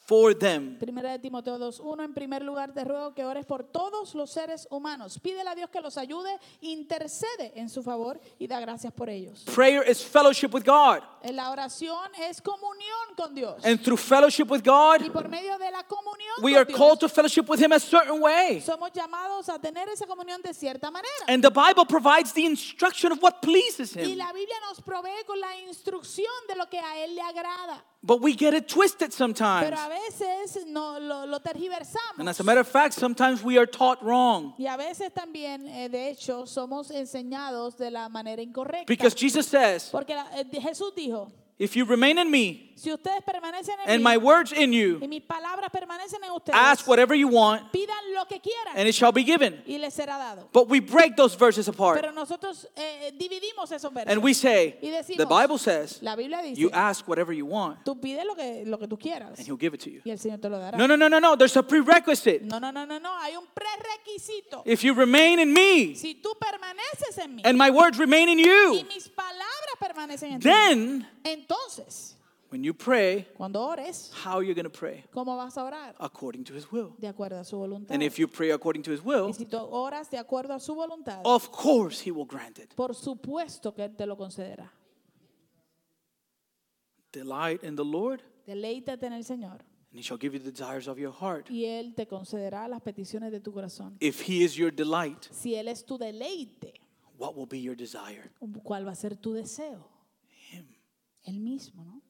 [SPEAKER 3] for them.
[SPEAKER 4] Primera de Timoteo 2.1, en primer lugar te ruego que ores por todos los seres humanos. Pídele a Dios que los ayude, intercede en su favor y da gracias por ellos. Eh,
[SPEAKER 3] Prayer is fellowship with God.
[SPEAKER 4] La oración es comunión con Dios.
[SPEAKER 3] And through fellowship with God,
[SPEAKER 4] Y por medio de la comunión
[SPEAKER 3] we
[SPEAKER 4] con
[SPEAKER 3] are called to
[SPEAKER 4] Dios,
[SPEAKER 3] fellowship with Him a certain way.
[SPEAKER 4] somos llamados a tener esa comunión de cierta manera.
[SPEAKER 3] And the Bible provides the instruction of what pleases
[SPEAKER 4] y
[SPEAKER 3] Him.
[SPEAKER 4] la Biblia nos provee con la instrucción de lo que a Él le agrada.
[SPEAKER 3] But we get it twisted sometimes.
[SPEAKER 4] Pero a veces no, lo, lo tergiversamos.
[SPEAKER 3] And as a matter of fact, sometimes we are taught wrong.
[SPEAKER 4] y a veces también, eh, de hecho, somos enseñados de la manera incorrecta.
[SPEAKER 3] Because Jesus says,
[SPEAKER 4] Porque la- eh, Jesús dijo,
[SPEAKER 3] If you remain in me
[SPEAKER 4] si ustedes permanecen en
[SPEAKER 3] and
[SPEAKER 4] mí
[SPEAKER 3] my words in
[SPEAKER 4] y
[SPEAKER 3] you,
[SPEAKER 4] mis palabras permanecen en ustedes,
[SPEAKER 3] ask whatever you want
[SPEAKER 4] pidan lo que quieran
[SPEAKER 3] and it shall be given.
[SPEAKER 4] y les será dado.
[SPEAKER 3] But we break those verses apart
[SPEAKER 4] Pero nosotros eh, dividimos esos versos.
[SPEAKER 3] and we say,
[SPEAKER 4] Y decimos,
[SPEAKER 3] the Bible says,
[SPEAKER 4] la Biblia dice,
[SPEAKER 3] you ask whatever you want
[SPEAKER 4] tú pides lo que, lo que tú quieras
[SPEAKER 3] and he'll give it to you.
[SPEAKER 4] y el Señor te lo dará.
[SPEAKER 3] No, no, no, no, no. There's a prerequisite.
[SPEAKER 4] no, no, no, no, no, hay un prerequisito.
[SPEAKER 3] If you remain in me
[SPEAKER 4] Si tú permaneces en mí
[SPEAKER 3] and my words remain in you,
[SPEAKER 4] y mis palabras permanecen en ti,
[SPEAKER 3] then
[SPEAKER 4] entonces,
[SPEAKER 3] when you pray,
[SPEAKER 4] cuando ores,
[SPEAKER 3] how are you going to pray?
[SPEAKER 4] ¿cómo vas a orar?
[SPEAKER 3] According to his will.
[SPEAKER 4] De acuerdo a su voluntad.
[SPEAKER 3] And if you Oh. pray according to his
[SPEAKER 4] y
[SPEAKER 3] will,
[SPEAKER 4] si tú oras de acuerdo a su voluntad,
[SPEAKER 3] of course he will grant it.
[SPEAKER 4] por supuesto que Él te lo concederá.
[SPEAKER 3] Delight in the Lord
[SPEAKER 4] Deleítate en el Señor
[SPEAKER 3] and he shall give you the desires of your heart.
[SPEAKER 4] y Él te concederá las peticiones de tu corazón.
[SPEAKER 3] If he is your delight,
[SPEAKER 4] Si Él es tu deleite,
[SPEAKER 3] what will be your desire?
[SPEAKER 4] ¿cuál va a ser tu deseo?
[SPEAKER 3] Him.
[SPEAKER 4] Él mismo, ¿no?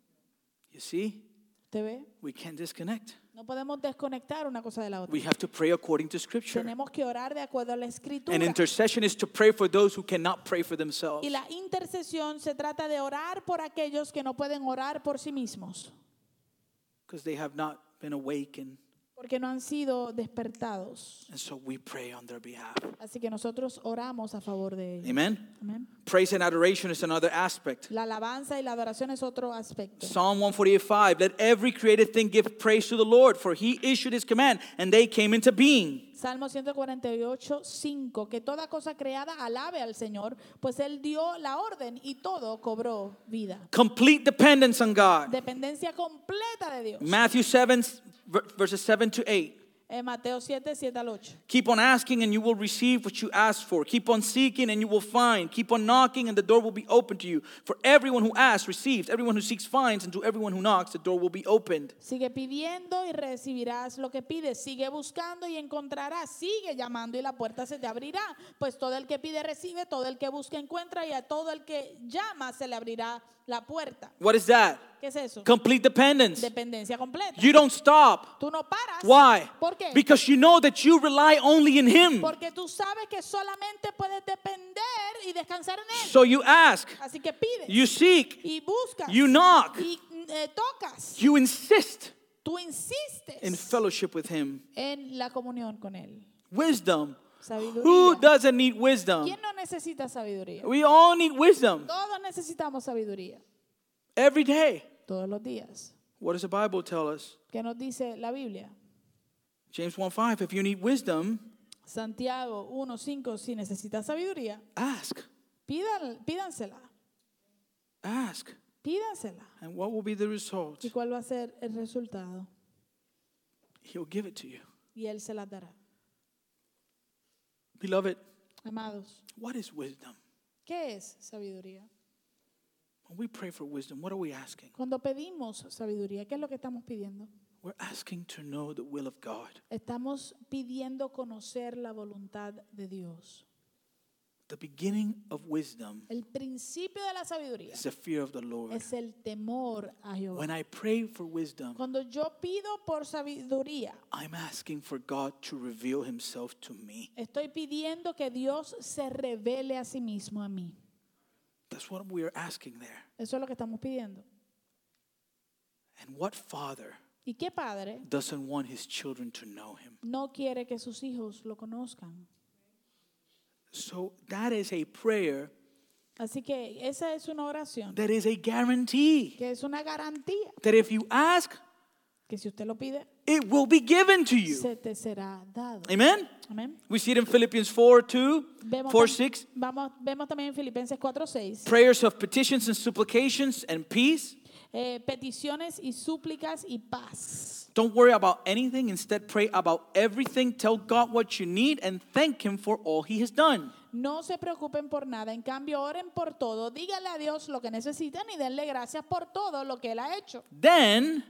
[SPEAKER 3] You see,
[SPEAKER 4] ¿Te ve?
[SPEAKER 3] we can't disconnect.
[SPEAKER 4] No podemos desconectar una cosa de la otra.
[SPEAKER 3] We have to pray according to Scripture.
[SPEAKER 4] Tenemos que orar de acuerdo a la escritura.
[SPEAKER 3] And intercession is to pray for those who cannot pray for themselves.
[SPEAKER 4] Y la intercesión se trata de orar por aquellos que no pueden orar por sí mismos,
[SPEAKER 3] Because they have not been awakened.
[SPEAKER 4] porque no han sido despertados.
[SPEAKER 3] And so we pray on their behalf.
[SPEAKER 4] Así que nosotros oramos a favor de ellos.
[SPEAKER 3] Amen.
[SPEAKER 4] Amén.
[SPEAKER 3] Praise and adoration is another aspect.
[SPEAKER 4] La alabanza y la adoración es otro aspecto.
[SPEAKER 3] Psalm 148:5 Let every created thing give praise to the Lord, for he issued his command and they came into being.
[SPEAKER 4] Salmo 148, 5, que toda cosa creada alabe al Señor, pues Él dio la orden y todo cobró vida.
[SPEAKER 3] Complete dependence on God.
[SPEAKER 4] Dependencia completa de Dios.
[SPEAKER 3] Matthew 7 ver- verses 7 to 8.
[SPEAKER 4] En Eh, Mateo 7, 7 al 8.
[SPEAKER 3] Keep on asking and you will receive what you ask for. Keep on seeking and you will find. Keep on knocking and the door will be opened to you. For everyone who asks receives, everyone who seeks finds, and to everyone who knocks the door will be opened.
[SPEAKER 4] Sigue pidiendo y recibirás lo que pides. Sigue buscando y encontrarás. Sigue llamando y la puerta se te abrirá. Pues todo el que pide recibe, todo el que busca encuentra y a todo el que llama se le abrirá la puerta.
[SPEAKER 3] What is that?
[SPEAKER 4] ¿Qué es eso?
[SPEAKER 3] Complete dependence.
[SPEAKER 4] Dependencia completa.
[SPEAKER 3] You don't stop.
[SPEAKER 4] Tú no paras.
[SPEAKER 3] Why?
[SPEAKER 4] ¿Por qué?
[SPEAKER 3] Because you know that you rely only in Him.
[SPEAKER 4] Porque tú sabes que solamente puedes depender y descansar en él.
[SPEAKER 3] So you ask,
[SPEAKER 4] Así que pides
[SPEAKER 3] you seek,
[SPEAKER 4] y buscas
[SPEAKER 3] you knock,
[SPEAKER 4] y eh, tocas.
[SPEAKER 3] you insist
[SPEAKER 4] Tú insistes
[SPEAKER 3] in fellowship with Him.
[SPEAKER 4] en la comunión con él.
[SPEAKER 3] Wisdom. Who
[SPEAKER 4] Sabiduría.
[SPEAKER 3] doesn't need wisdom?
[SPEAKER 4] ¿Quién no necesita sabiduría?
[SPEAKER 3] We all need wisdom
[SPEAKER 4] Todos necesitamos sabiduría
[SPEAKER 3] every day.
[SPEAKER 4] todos los días.
[SPEAKER 3] What does the Bible tell us?
[SPEAKER 4] ¿Qué nos dice la Biblia?
[SPEAKER 3] James 1:5 If you need wisdom,
[SPEAKER 4] Santiago 1:5 si necesita sabiduría,
[SPEAKER 3] ask.
[SPEAKER 4] pidan, pídansela,
[SPEAKER 3] Ask.
[SPEAKER 4] pídansela.
[SPEAKER 3] And what will be the result?
[SPEAKER 4] ¿Y cuál va a ser el resultado?
[SPEAKER 3] He'll give it to you.
[SPEAKER 4] Y él se la dará.
[SPEAKER 3] Beloved,
[SPEAKER 4] Amados,
[SPEAKER 3] what is wisdom?
[SPEAKER 4] ¿qué es sabiduría?
[SPEAKER 3] When we pray for wisdom, what are we asking?
[SPEAKER 4] Cuando pedimos sabiduría, ¿qué es lo que estamos pidiendo?
[SPEAKER 3] We're asking to know the will of God,
[SPEAKER 4] Estamos pidiendo conocer la voluntad de Dios.
[SPEAKER 3] the beginning of wisdom.
[SPEAKER 4] El principio de la sabiduría
[SPEAKER 3] It's the fear of the Lord.
[SPEAKER 4] es el temor a Jehová.
[SPEAKER 3] When I pray for wisdom,
[SPEAKER 4] Cuando yo pido por sabiduría,
[SPEAKER 3] I'm asking for God to reveal Himself to me.
[SPEAKER 4] Estoy pidiendo que Dios se revele a sí mismo a mí.
[SPEAKER 3] That's what we are asking there.
[SPEAKER 4] Eso es lo que estamos pidiendo.
[SPEAKER 3] And what father
[SPEAKER 4] ¿Y qué padre
[SPEAKER 3] doesn't want his children to know Him?
[SPEAKER 4] no quiere que sus hijos lo conozcan?
[SPEAKER 3] So that is a prayer
[SPEAKER 4] Así que esa es una oración,
[SPEAKER 3] that is a guarantee
[SPEAKER 4] que es una garantía
[SPEAKER 3] that if you ask,
[SPEAKER 4] que si usted lo pide,
[SPEAKER 3] it will be given to you.
[SPEAKER 4] se te será dado.
[SPEAKER 3] Amen?
[SPEAKER 4] Amén.
[SPEAKER 3] We see it in Philippians 4 2,
[SPEAKER 4] Vemos,
[SPEAKER 3] 4
[SPEAKER 4] tam-
[SPEAKER 3] 6.
[SPEAKER 4] vamos- vemos también en Filipenses 4, 6,
[SPEAKER 3] Prayers of petitions and supplications and peace.
[SPEAKER 4] Eh, peticiones y súplicas y paz.
[SPEAKER 3] Don't worry about anything. Instead, pray about everything. Tell God what you need and thank Him for all He has done.
[SPEAKER 4] No se preocupen por nada, en cambio oren por todo, díganle a Dios lo que necesitan y denle gracias por todo lo que Él ha hecho.
[SPEAKER 3] Then,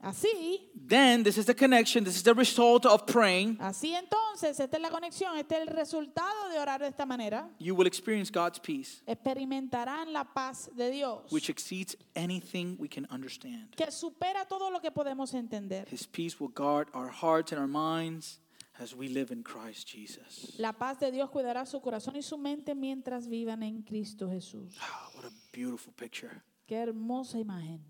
[SPEAKER 4] Así,
[SPEAKER 3] then this is the connection. This is the result of praying.
[SPEAKER 4] así entonces, esta es la conexión, este es el resultado de orar de esta manera.
[SPEAKER 3] You will experience God's peace,
[SPEAKER 4] Experimentarán la paz de Dios,
[SPEAKER 3] which exceeds anything we can understand.
[SPEAKER 4] que supera todo lo que podemos entender.
[SPEAKER 3] His peace will guard our hearts and our minds as we live in Christ Jesus.
[SPEAKER 4] La paz de Dios cuidará su corazón y su mente mientras vivan en Cristo Jesús.
[SPEAKER 3] Ah, what a beautiful picture.
[SPEAKER 4] Qué hermosa imagen.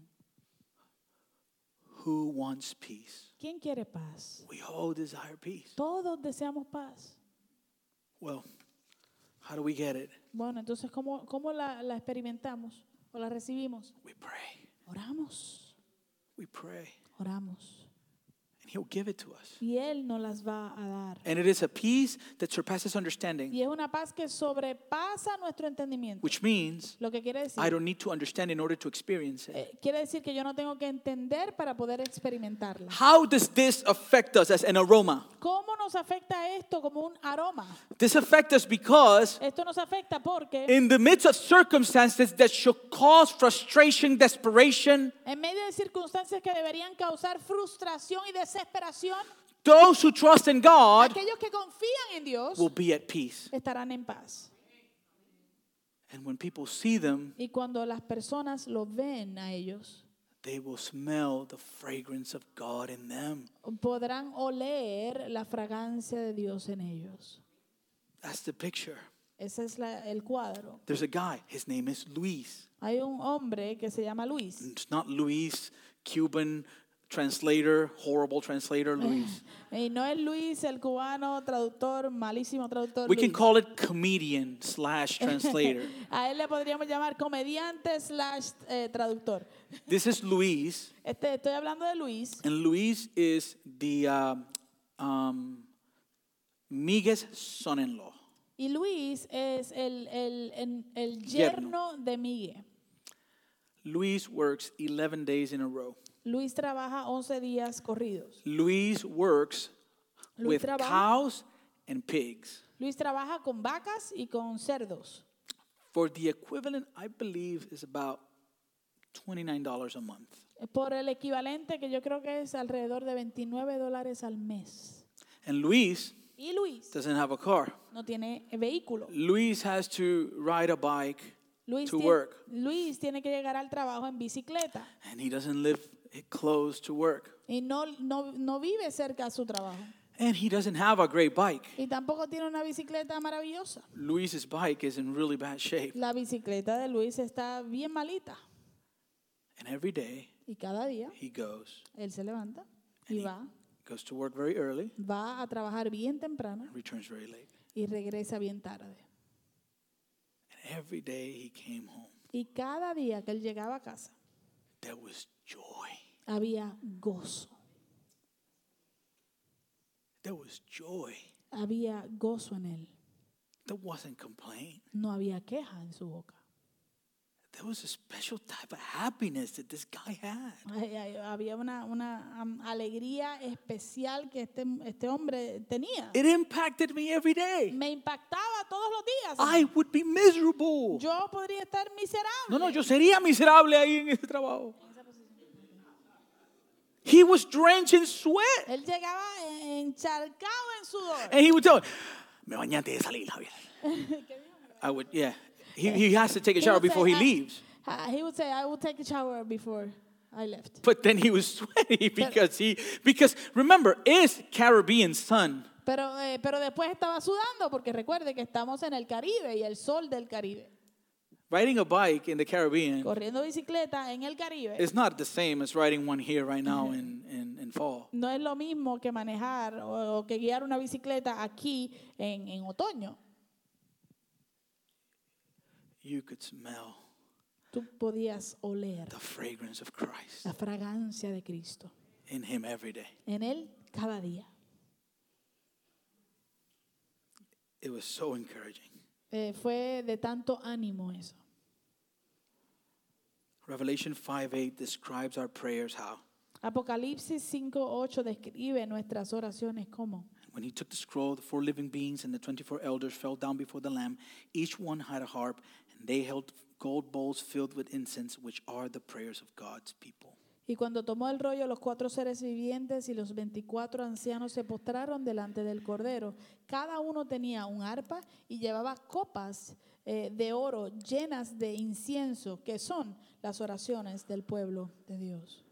[SPEAKER 3] Who wants peace?
[SPEAKER 4] ¿Quién quiere paz?
[SPEAKER 3] We all desire peace.
[SPEAKER 4] Todos deseamos paz.
[SPEAKER 3] Well, how do we get it?
[SPEAKER 4] Bueno, entonces, ¿cómo, cómo la, la experimentamos o la recibimos?
[SPEAKER 3] We pray.
[SPEAKER 4] Oramos,
[SPEAKER 3] We pray.
[SPEAKER 4] oramos.
[SPEAKER 3] And He'll give it to us.
[SPEAKER 4] Y Él nos las va a dar.
[SPEAKER 3] And it is a peace that surpasses understanding,
[SPEAKER 4] Y es una paz que sobrepasa nuestro entendimiento.
[SPEAKER 3] which means
[SPEAKER 4] Lo que quiere
[SPEAKER 3] I
[SPEAKER 4] decir,
[SPEAKER 3] don't need to understand in order to experience it.
[SPEAKER 4] eh, quiere decir que yo no tengo que entender para poder experimentarla.
[SPEAKER 3] How does this affect us as an aroma?
[SPEAKER 4] ¿Cómo nos afecta esto como un aroma?
[SPEAKER 3] This affects us because
[SPEAKER 4] Esto nos afecta porque...
[SPEAKER 3] in the midst of circumstances that should cause frustration, desperation,
[SPEAKER 4] En medio de circunstancias que deberían causar frustración y desesperación,
[SPEAKER 3] those who trust in God
[SPEAKER 4] aquellos que confían en Dios
[SPEAKER 3] will be at peace.
[SPEAKER 4] estarán en paz.
[SPEAKER 3] And when people see them,
[SPEAKER 4] Y cuando las personas lo ven a ellos,
[SPEAKER 3] they will smell the fragrance of God in them.
[SPEAKER 4] podrán oler la fragancia de Dios en ellos.
[SPEAKER 3] That's the picture.
[SPEAKER 4] Ese es la- el cuadro.
[SPEAKER 3] There's a guy, his name is Luis.
[SPEAKER 4] Hay un hombre que se llama Luis.
[SPEAKER 3] It's not Luis, Cuban translator, horrible translator, Luis.
[SPEAKER 4] Y no es Luis el cubano traductor, malísimo traductor.
[SPEAKER 3] We can
[SPEAKER 4] Luis.
[SPEAKER 3] call it comedian slash translator.
[SPEAKER 4] A él le podríamos llamar comediante slash eh, traductor.
[SPEAKER 3] this is Luis,
[SPEAKER 4] Este, estoy hablando de Luis.
[SPEAKER 3] and Luis is the um, um, Miguel's son-in-law.
[SPEAKER 4] Y Luis es el, el, en- el
[SPEAKER 3] Yerno.
[SPEAKER 4] yerno, de Miguel.
[SPEAKER 3] Luis works 11 days in a row.
[SPEAKER 4] Luis trabaja 11 días corridos.
[SPEAKER 3] Luis works
[SPEAKER 4] Luis
[SPEAKER 3] with
[SPEAKER 4] trabaja.
[SPEAKER 3] cows and pigs
[SPEAKER 4] Luis trabaja con vacas y con cerdos.
[SPEAKER 3] for the equivalent, I believe, is about $29 a month.
[SPEAKER 4] Por el equivalente que yo creo que es alrededor de 29 dólares al mes.
[SPEAKER 3] And Luis
[SPEAKER 4] Y Luis
[SPEAKER 3] doesn't have a car.
[SPEAKER 4] no tiene vehículo.
[SPEAKER 3] Luis has to ride a bike
[SPEAKER 4] Luis,
[SPEAKER 3] to
[SPEAKER 4] tie-
[SPEAKER 3] work,
[SPEAKER 4] Luis tiene que llegar al trabajo en bicicleta
[SPEAKER 3] and he doesn't live close to work.
[SPEAKER 4] y no, no, no vive cerca a su trabajo.
[SPEAKER 3] And he doesn't have a great bike.
[SPEAKER 4] Y tampoco tiene una bicicleta maravillosa.
[SPEAKER 3] Luis's bike is in really bad shape.
[SPEAKER 4] La bicicleta de Luis está bien malita.
[SPEAKER 3] And every day
[SPEAKER 4] Y cada día
[SPEAKER 3] he goes,
[SPEAKER 4] Él se levanta y va,
[SPEAKER 3] goes to work very early,
[SPEAKER 4] va a trabajar bien temprano
[SPEAKER 3] and returns very late.
[SPEAKER 4] y regresa bien tarde.
[SPEAKER 3] And every day he came home,
[SPEAKER 4] Y cada día que él llegaba a casa
[SPEAKER 3] there was joy.
[SPEAKER 4] había gozo,
[SPEAKER 3] There was joy.
[SPEAKER 4] había gozo en él,
[SPEAKER 3] There wasn't complaint.
[SPEAKER 4] no había queja en su boca.
[SPEAKER 3] There was a special type of happiness that this guy had.
[SPEAKER 4] Ay, ay, Había una, una am, alegría especial que este, este hombre tenía.
[SPEAKER 3] It impacted me every day.
[SPEAKER 4] Me impactaba todos los días.
[SPEAKER 3] I would be miserable.
[SPEAKER 4] Yo podría estar miserable.
[SPEAKER 3] No, no, yo sería miserable ahí en ese trabajo. He was drenched in sweat.
[SPEAKER 4] Él llegaba encharcado en sudor.
[SPEAKER 3] And he would tell me, me bañaste de salir, Javier. I would, yeah. He, he has to take a
[SPEAKER 4] He
[SPEAKER 3] shower
[SPEAKER 4] would say,
[SPEAKER 3] before he
[SPEAKER 4] "Ah."
[SPEAKER 3] leaves.
[SPEAKER 4] Ah, he would say, I will take a shower before I left.
[SPEAKER 3] But then he was sweaty because he, because remember, it's Caribbean sun.
[SPEAKER 4] Pero, eh, pero después estaba sudando porque recuerde que estamos en el Caribe y el sol del Caribe.
[SPEAKER 3] Riding a bike in the Caribbean
[SPEAKER 4] Corriendo bicicleta en el Caribe
[SPEAKER 3] is not the same as riding one here right now in, in, in fall.
[SPEAKER 4] no es lo mismo que manejar o, o que guiar una bicicleta aquí en, en otoño.
[SPEAKER 3] you could smell
[SPEAKER 4] tú podías oler
[SPEAKER 3] the fragrance of Christ
[SPEAKER 4] la fragancia de Cristo
[SPEAKER 3] in Him every day.
[SPEAKER 4] en Él cada día.
[SPEAKER 3] It was so encouraging.
[SPEAKER 4] Eh, fue de tanto ánimo eso.
[SPEAKER 3] Revelation 5 8 describes our prayers how.
[SPEAKER 4] Apocalipsis 5.8 describe nuestras oraciones como
[SPEAKER 3] When he took the scroll, the four living beings and the 24 elders fell down before the Lamb. Each one had a harp, and they held gold bowls filled with incense, which are the prayers of God's people.
[SPEAKER 4] Y cuando tomó el rollo, los cuatro seres vivientes y los veinticuatro ancianos se postraron delante del Cordero. Cada uno tenía un arpa y llevaba copas eh, de oro llenas de incienso, que son las oraciones del pueblo de Dios.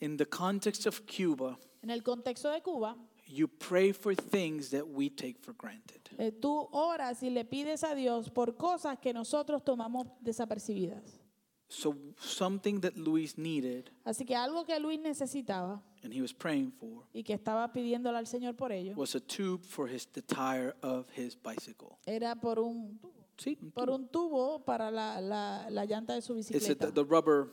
[SPEAKER 3] In the context of Cuba,
[SPEAKER 4] En el contexto de Cuba,
[SPEAKER 3] you pray for things that we take for granted.
[SPEAKER 4] eh, tú oras y le pides a Dios por cosas que nosotros tomamos desapercibidas.
[SPEAKER 3] So, something that Luis needed
[SPEAKER 4] Así que algo que Luis necesitaba
[SPEAKER 3] and he was praying for
[SPEAKER 4] y que estaba pidiéndole al Señor por ello
[SPEAKER 3] was a tube for his, the tire of his bicycle.
[SPEAKER 4] era por un tubo.
[SPEAKER 3] See?
[SPEAKER 4] por un tubo para la, la, la llanta de su
[SPEAKER 3] It's a, the,
[SPEAKER 4] bicicleta.
[SPEAKER 3] the rubber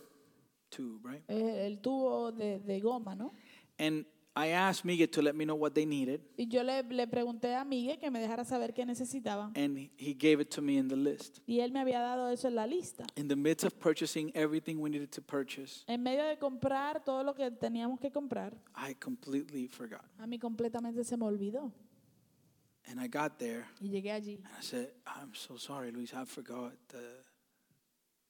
[SPEAKER 3] tube, right?
[SPEAKER 4] Eh, el tubo de, de goma, ¿no?
[SPEAKER 3] And I asked Miguel to let me know what they needed,
[SPEAKER 4] Y yo le, le pregunté a Miguel que me dejara saber qué necesitaba.
[SPEAKER 3] and he- he gave it to me in the list.
[SPEAKER 4] Y él me había dado eso en la lista.
[SPEAKER 3] In the midst of purchasing everything we needed to purchase,
[SPEAKER 4] En medio de comprar todo lo que teníamos que comprar,
[SPEAKER 3] I completely forgot.
[SPEAKER 4] a mí completamente se me olvidó.
[SPEAKER 3] And I got there
[SPEAKER 4] Y llegué allí.
[SPEAKER 3] and I said, I'm so sorry, Luis, I forgot the,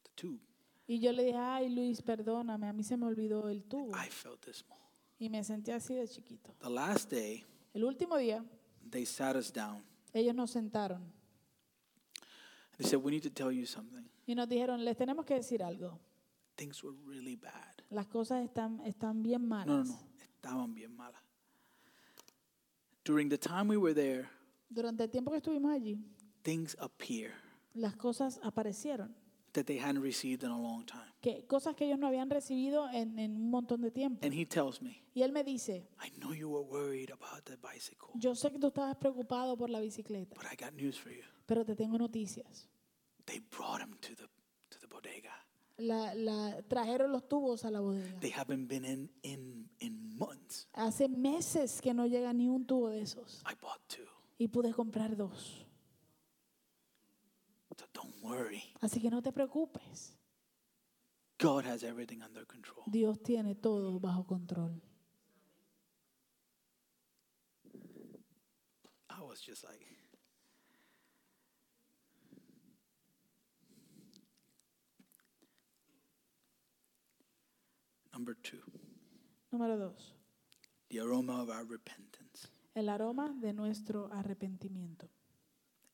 [SPEAKER 3] the tube.
[SPEAKER 4] Y yo le dije, ay Luis, perdóname, a mí se me olvidó el tubo.
[SPEAKER 3] I felt this small.
[SPEAKER 4] Y me sentí así de chiquito.
[SPEAKER 3] The last day,
[SPEAKER 4] El último día,
[SPEAKER 3] they sat us down.
[SPEAKER 4] ellos nos sentaron
[SPEAKER 3] They said, We need to tell you something.
[SPEAKER 4] y nos dijeron, les tenemos que decir algo.
[SPEAKER 3] Things were really bad.
[SPEAKER 4] Las cosas están, están bien
[SPEAKER 3] No, no,
[SPEAKER 4] malas.
[SPEAKER 3] no. Estaban bien malas. During the time we were there,
[SPEAKER 4] Durante el tiempo que estuvimos allí,
[SPEAKER 3] things appear
[SPEAKER 4] las cosas aparecieron,
[SPEAKER 3] that they hadn't received in a long time.
[SPEAKER 4] que, cosas que ellos no habían recibido en, en un montón de tiempo.
[SPEAKER 3] And he tells me,
[SPEAKER 4] Y él me dice,
[SPEAKER 3] I know you were worried about the bicycle,
[SPEAKER 4] yo sé que tú estabas preocupado por la bicicleta,
[SPEAKER 3] but I got news for you.
[SPEAKER 4] pero te tengo noticias.
[SPEAKER 3] They brought him to the to the bodega.
[SPEAKER 4] La, la- trajeron los tubos a la bodega.
[SPEAKER 3] They haven't been in in in months.
[SPEAKER 4] Hace meses que no llega ni un tubo de esos
[SPEAKER 3] I bought two,
[SPEAKER 4] y pude comprar dos.
[SPEAKER 3] so don't worry.
[SPEAKER 4] Así que no te preocupes,
[SPEAKER 3] God has everything under control.
[SPEAKER 4] Dios tiene todo bajo control.
[SPEAKER 3] I was just like, number two,
[SPEAKER 4] Número dos,
[SPEAKER 3] the aroma of our repentance.
[SPEAKER 4] el aroma de nuestro arrepentimiento.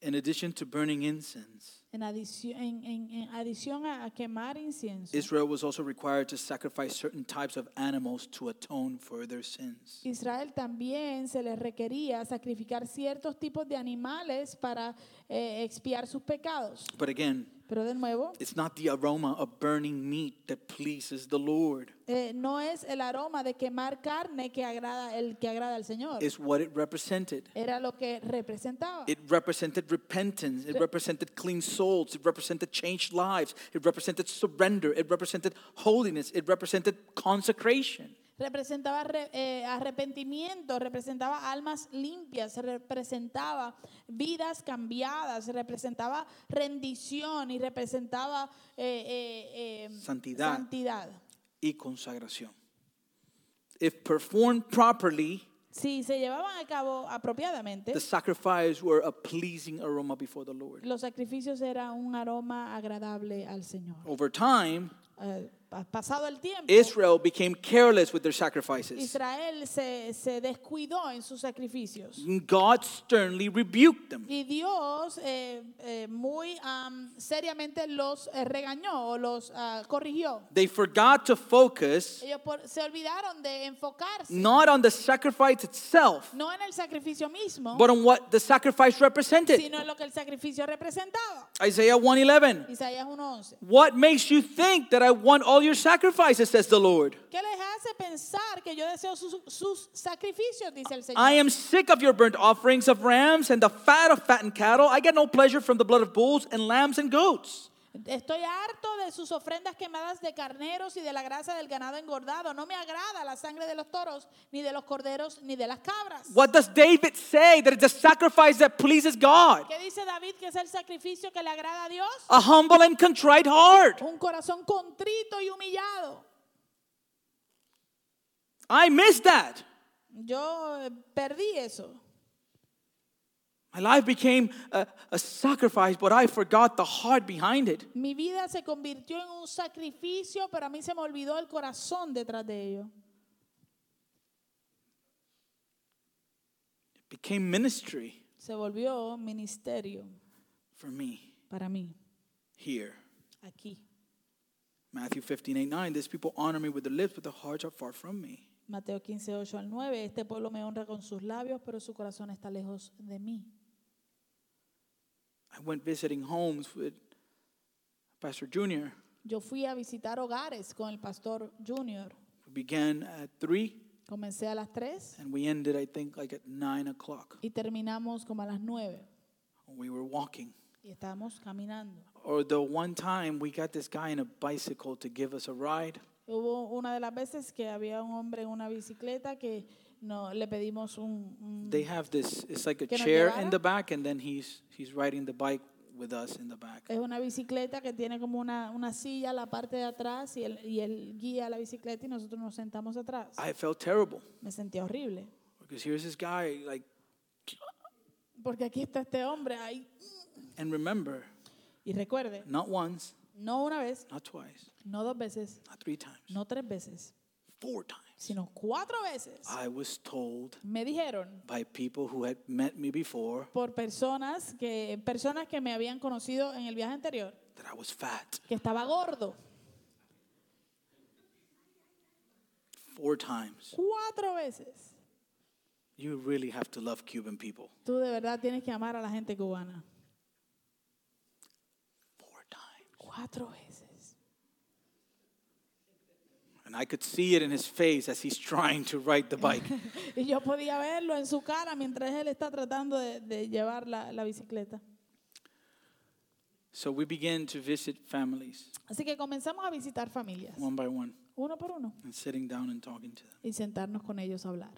[SPEAKER 3] In addition to burning incense,
[SPEAKER 4] En adición, en, en- en adición a, a quemar incienso,
[SPEAKER 3] Israel was also required to sacrifice certain types of animals to atone for their sins.
[SPEAKER 4] Israel también se les requería sacrificar ciertos tipos de animales para eh, expiar sus pecados.
[SPEAKER 3] But again,
[SPEAKER 4] Pero de nuevo,
[SPEAKER 3] it's not the aroma of burning meat that pleases the Lord.
[SPEAKER 4] eh, no es el aroma de quemar carne que agrada el que agrada al Señor.
[SPEAKER 3] It's what it represented.
[SPEAKER 4] Era lo que representaba.
[SPEAKER 3] It represented repentance. It represented clean souls. It represented changed lives. It represented surrender. It represented holiness. It represented consecration.
[SPEAKER 4] Representaba re- eh, arrepentimiento, representaba almas limpias, representaba vidas cambiadas, representaba rendición y representaba eh, eh, eh,
[SPEAKER 3] Santidad.
[SPEAKER 4] santidad.
[SPEAKER 3] Y consagración. If performed properly,
[SPEAKER 4] Si se llevaban a cabo apropiadamente,
[SPEAKER 3] the sacrifice were a pleasing aroma before the Lord.
[SPEAKER 4] los sacrificios eran un aroma agradable al Señor.
[SPEAKER 3] Over time,
[SPEAKER 4] Eh, pa- pasado el tiempo,
[SPEAKER 3] Israel became careless with their sacrifices.
[SPEAKER 4] Israel se, se descuidó en sus sacrificios.
[SPEAKER 3] God sternly rebuked them.
[SPEAKER 4] Y Dios eh, eh, muy am, seriamente los eh, regañó o los ah, corrigió.
[SPEAKER 3] They forgot to focus
[SPEAKER 4] Ellos por- se olvidaron de enfocarse,
[SPEAKER 3] not on the sacrifice itself,
[SPEAKER 4] no en el sacrificio mismo,
[SPEAKER 3] but on what the sacrifice represented.
[SPEAKER 4] sino en lo que el sacrificio representaba.
[SPEAKER 3] Isaiah 1:11.
[SPEAKER 4] Isaías 1.11.
[SPEAKER 3] What makes you think that I want all your sacrifices says the Lord?
[SPEAKER 4] ¿Qué les hace pensar que yo deseo sus, sus sacrificios, dice el Señor.
[SPEAKER 3] I am sick of your burnt offerings of rams and the fat of fattened cattle. I get no pleasure from the blood of bulls and lambs and goats.
[SPEAKER 4] Estoy harto de sus ofrendas quemadas de carneros y de la grasa del ganado engordado. No me agrada la sangre de los toros, ni de los corderos, ni de las cabras.
[SPEAKER 3] What does David say? That it's a sacrifice that pleases God.
[SPEAKER 4] ¿Qué dice David que es el sacrificio que le agrada a Dios?
[SPEAKER 3] A humble and contrite heart.
[SPEAKER 4] Un corazón contrito y humillado.
[SPEAKER 3] I miss that.
[SPEAKER 4] Yo eh, perdí eso.
[SPEAKER 3] My life became a, a sacrifice, but I forgot the heart behind it.
[SPEAKER 4] Mi vida se convirtió en un sacrificio, pero a mí se me olvidó el corazón detrás de ello.
[SPEAKER 3] It became ministry
[SPEAKER 4] Se volvió ministerio
[SPEAKER 3] for me
[SPEAKER 4] para mí,
[SPEAKER 3] here.
[SPEAKER 4] aquí.
[SPEAKER 3] Matthew 15, 8, 9. These people honor me with their lips, but their hearts are far from me.
[SPEAKER 4] Mateo 15, 8 al 9. Este pueblo me honra con sus labios, pero su corazón está lejos de mí.
[SPEAKER 3] I went visiting homes with Pastor Junior.
[SPEAKER 4] Yo fui a visitar hogares con el pastor Junior.
[SPEAKER 3] We began at 3
[SPEAKER 4] Comencé a las 3
[SPEAKER 3] and we ended, I think, like at 9 o'clock.
[SPEAKER 4] y terminamos como a las 9.
[SPEAKER 3] We were walking.
[SPEAKER 4] Y estábamos caminando.
[SPEAKER 3] Or the one time we got this guy in a bicycle to give us a ride.
[SPEAKER 4] Hubo una de las veces que había un hombre en una bicicleta que no, le pedimos un, un-
[SPEAKER 3] They have this, it's like a
[SPEAKER 4] ¿Que nos
[SPEAKER 3] chair
[SPEAKER 4] llevara?
[SPEAKER 3] in the back, and then he's, he's riding the bike with us in the back.
[SPEAKER 4] Es una bicicleta que tiene como una, una silla en la parte de atrás y él, y él guía la bicicleta y nosotros nos sentamos atrás.
[SPEAKER 3] I felt terrible
[SPEAKER 4] Me sentía horrible.
[SPEAKER 3] because here's this guy, like,
[SPEAKER 4] Porque aquí está este hombre ahí.
[SPEAKER 3] and remember,
[SPEAKER 4] Y recuerde,
[SPEAKER 3] not once,
[SPEAKER 4] no una vez,
[SPEAKER 3] not twice,
[SPEAKER 4] no dos veces,
[SPEAKER 3] not three times,
[SPEAKER 4] no tres veces,
[SPEAKER 3] four times.
[SPEAKER 4] sino cuatro veces.
[SPEAKER 3] I was told
[SPEAKER 4] Me dijeron
[SPEAKER 3] by people who had met me before
[SPEAKER 4] por personas que personas que me habían conocido en el viaje anterior
[SPEAKER 3] that I was fat
[SPEAKER 4] que estaba gordo
[SPEAKER 3] four times.
[SPEAKER 4] cuatro veces.
[SPEAKER 3] You really have to love Cuban people.
[SPEAKER 4] Tú de verdad tienes que amar a la gente cubana.
[SPEAKER 3] Four times.
[SPEAKER 4] Cuatro veces.
[SPEAKER 3] And I could see it in his face as he's trying to ride the bike.
[SPEAKER 4] Y yo podía verlo en su cara mientras él está tratando de, de llevar la, la bicicleta.
[SPEAKER 3] so we began to visit families
[SPEAKER 4] Así que comenzamos a visitar familias,
[SPEAKER 3] one by one
[SPEAKER 4] uno por uno,
[SPEAKER 3] and sitting down and talking to them.
[SPEAKER 4] y sentarnos con ellos a hablar.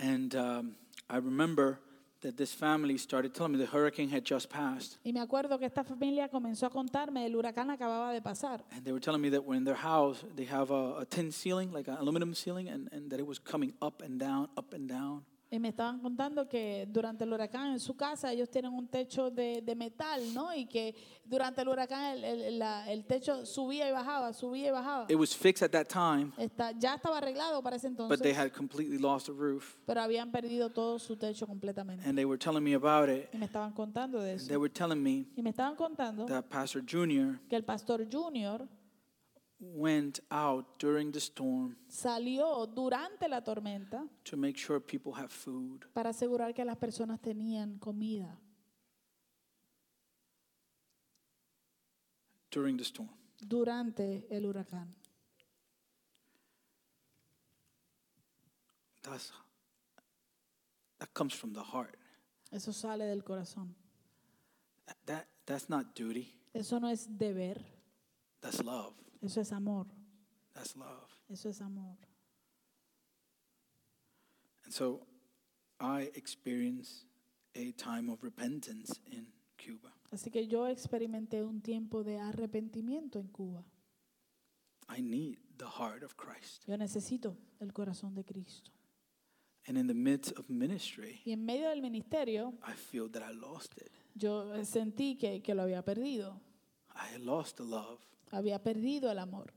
[SPEAKER 3] And um, I remember that this family started telling me the hurricane had just passed.
[SPEAKER 4] Y me acuerdo que esta familia comenzó a contarme el huracán acababa de pasar.
[SPEAKER 3] And they were telling me that when in their house, they have a, a tin ceiling, like an aluminum ceiling, and, and that it was coming up and down, up and down.
[SPEAKER 4] Y eh, me estaban contando que durante el huracán en su casa ellos tienen un techo de, de metal, ¿no? Y que durante el huracán el, el- la- el techo subía y bajaba, subía y bajaba.
[SPEAKER 3] It was fixed at that time,
[SPEAKER 4] Está, ya estaba arreglado para ese
[SPEAKER 3] but they
[SPEAKER 4] entonces,
[SPEAKER 3] had completely lost the roof.
[SPEAKER 4] pero habían perdido todo su techo completamente.
[SPEAKER 3] And they were telling me about it.
[SPEAKER 4] Y me estaban contando de
[SPEAKER 3] They
[SPEAKER 4] eso.
[SPEAKER 3] were telling me
[SPEAKER 4] Y me estaban contando
[SPEAKER 3] that Pastor Junior
[SPEAKER 4] que el pastor Junior
[SPEAKER 3] went out during the storm
[SPEAKER 4] salió durante la tormenta
[SPEAKER 3] to make sure people have food.
[SPEAKER 4] para asegurar que las personas tenían comida
[SPEAKER 3] During the storm,
[SPEAKER 4] durante el huracán.
[SPEAKER 3] that's that comes from the heart.
[SPEAKER 4] Eso sale del corazón.
[SPEAKER 3] That that's not duty.
[SPEAKER 4] Eso no es deber,
[SPEAKER 3] That's love.
[SPEAKER 4] eso es amor.
[SPEAKER 3] That's love.
[SPEAKER 4] Eso es amor.
[SPEAKER 3] And so I experienced a time of repentance in Cuba.
[SPEAKER 4] Así que yo experimenté un tiempo de arrepentimiento en Cuba.
[SPEAKER 3] I need the heart of Christ.
[SPEAKER 4] Yo necesito el corazón de Cristo.
[SPEAKER 3] And in the midst of ministry,
[SPEAKER 4] Y en medio del ministerio,
[SPEAKER 3] I feel that I lost it.
[SPEAKER 4] yo eh, sentí que, que lo había perdido.
[SPEAKER 3] I had lost the love.
[SPEAKER 4] Había perdido el amor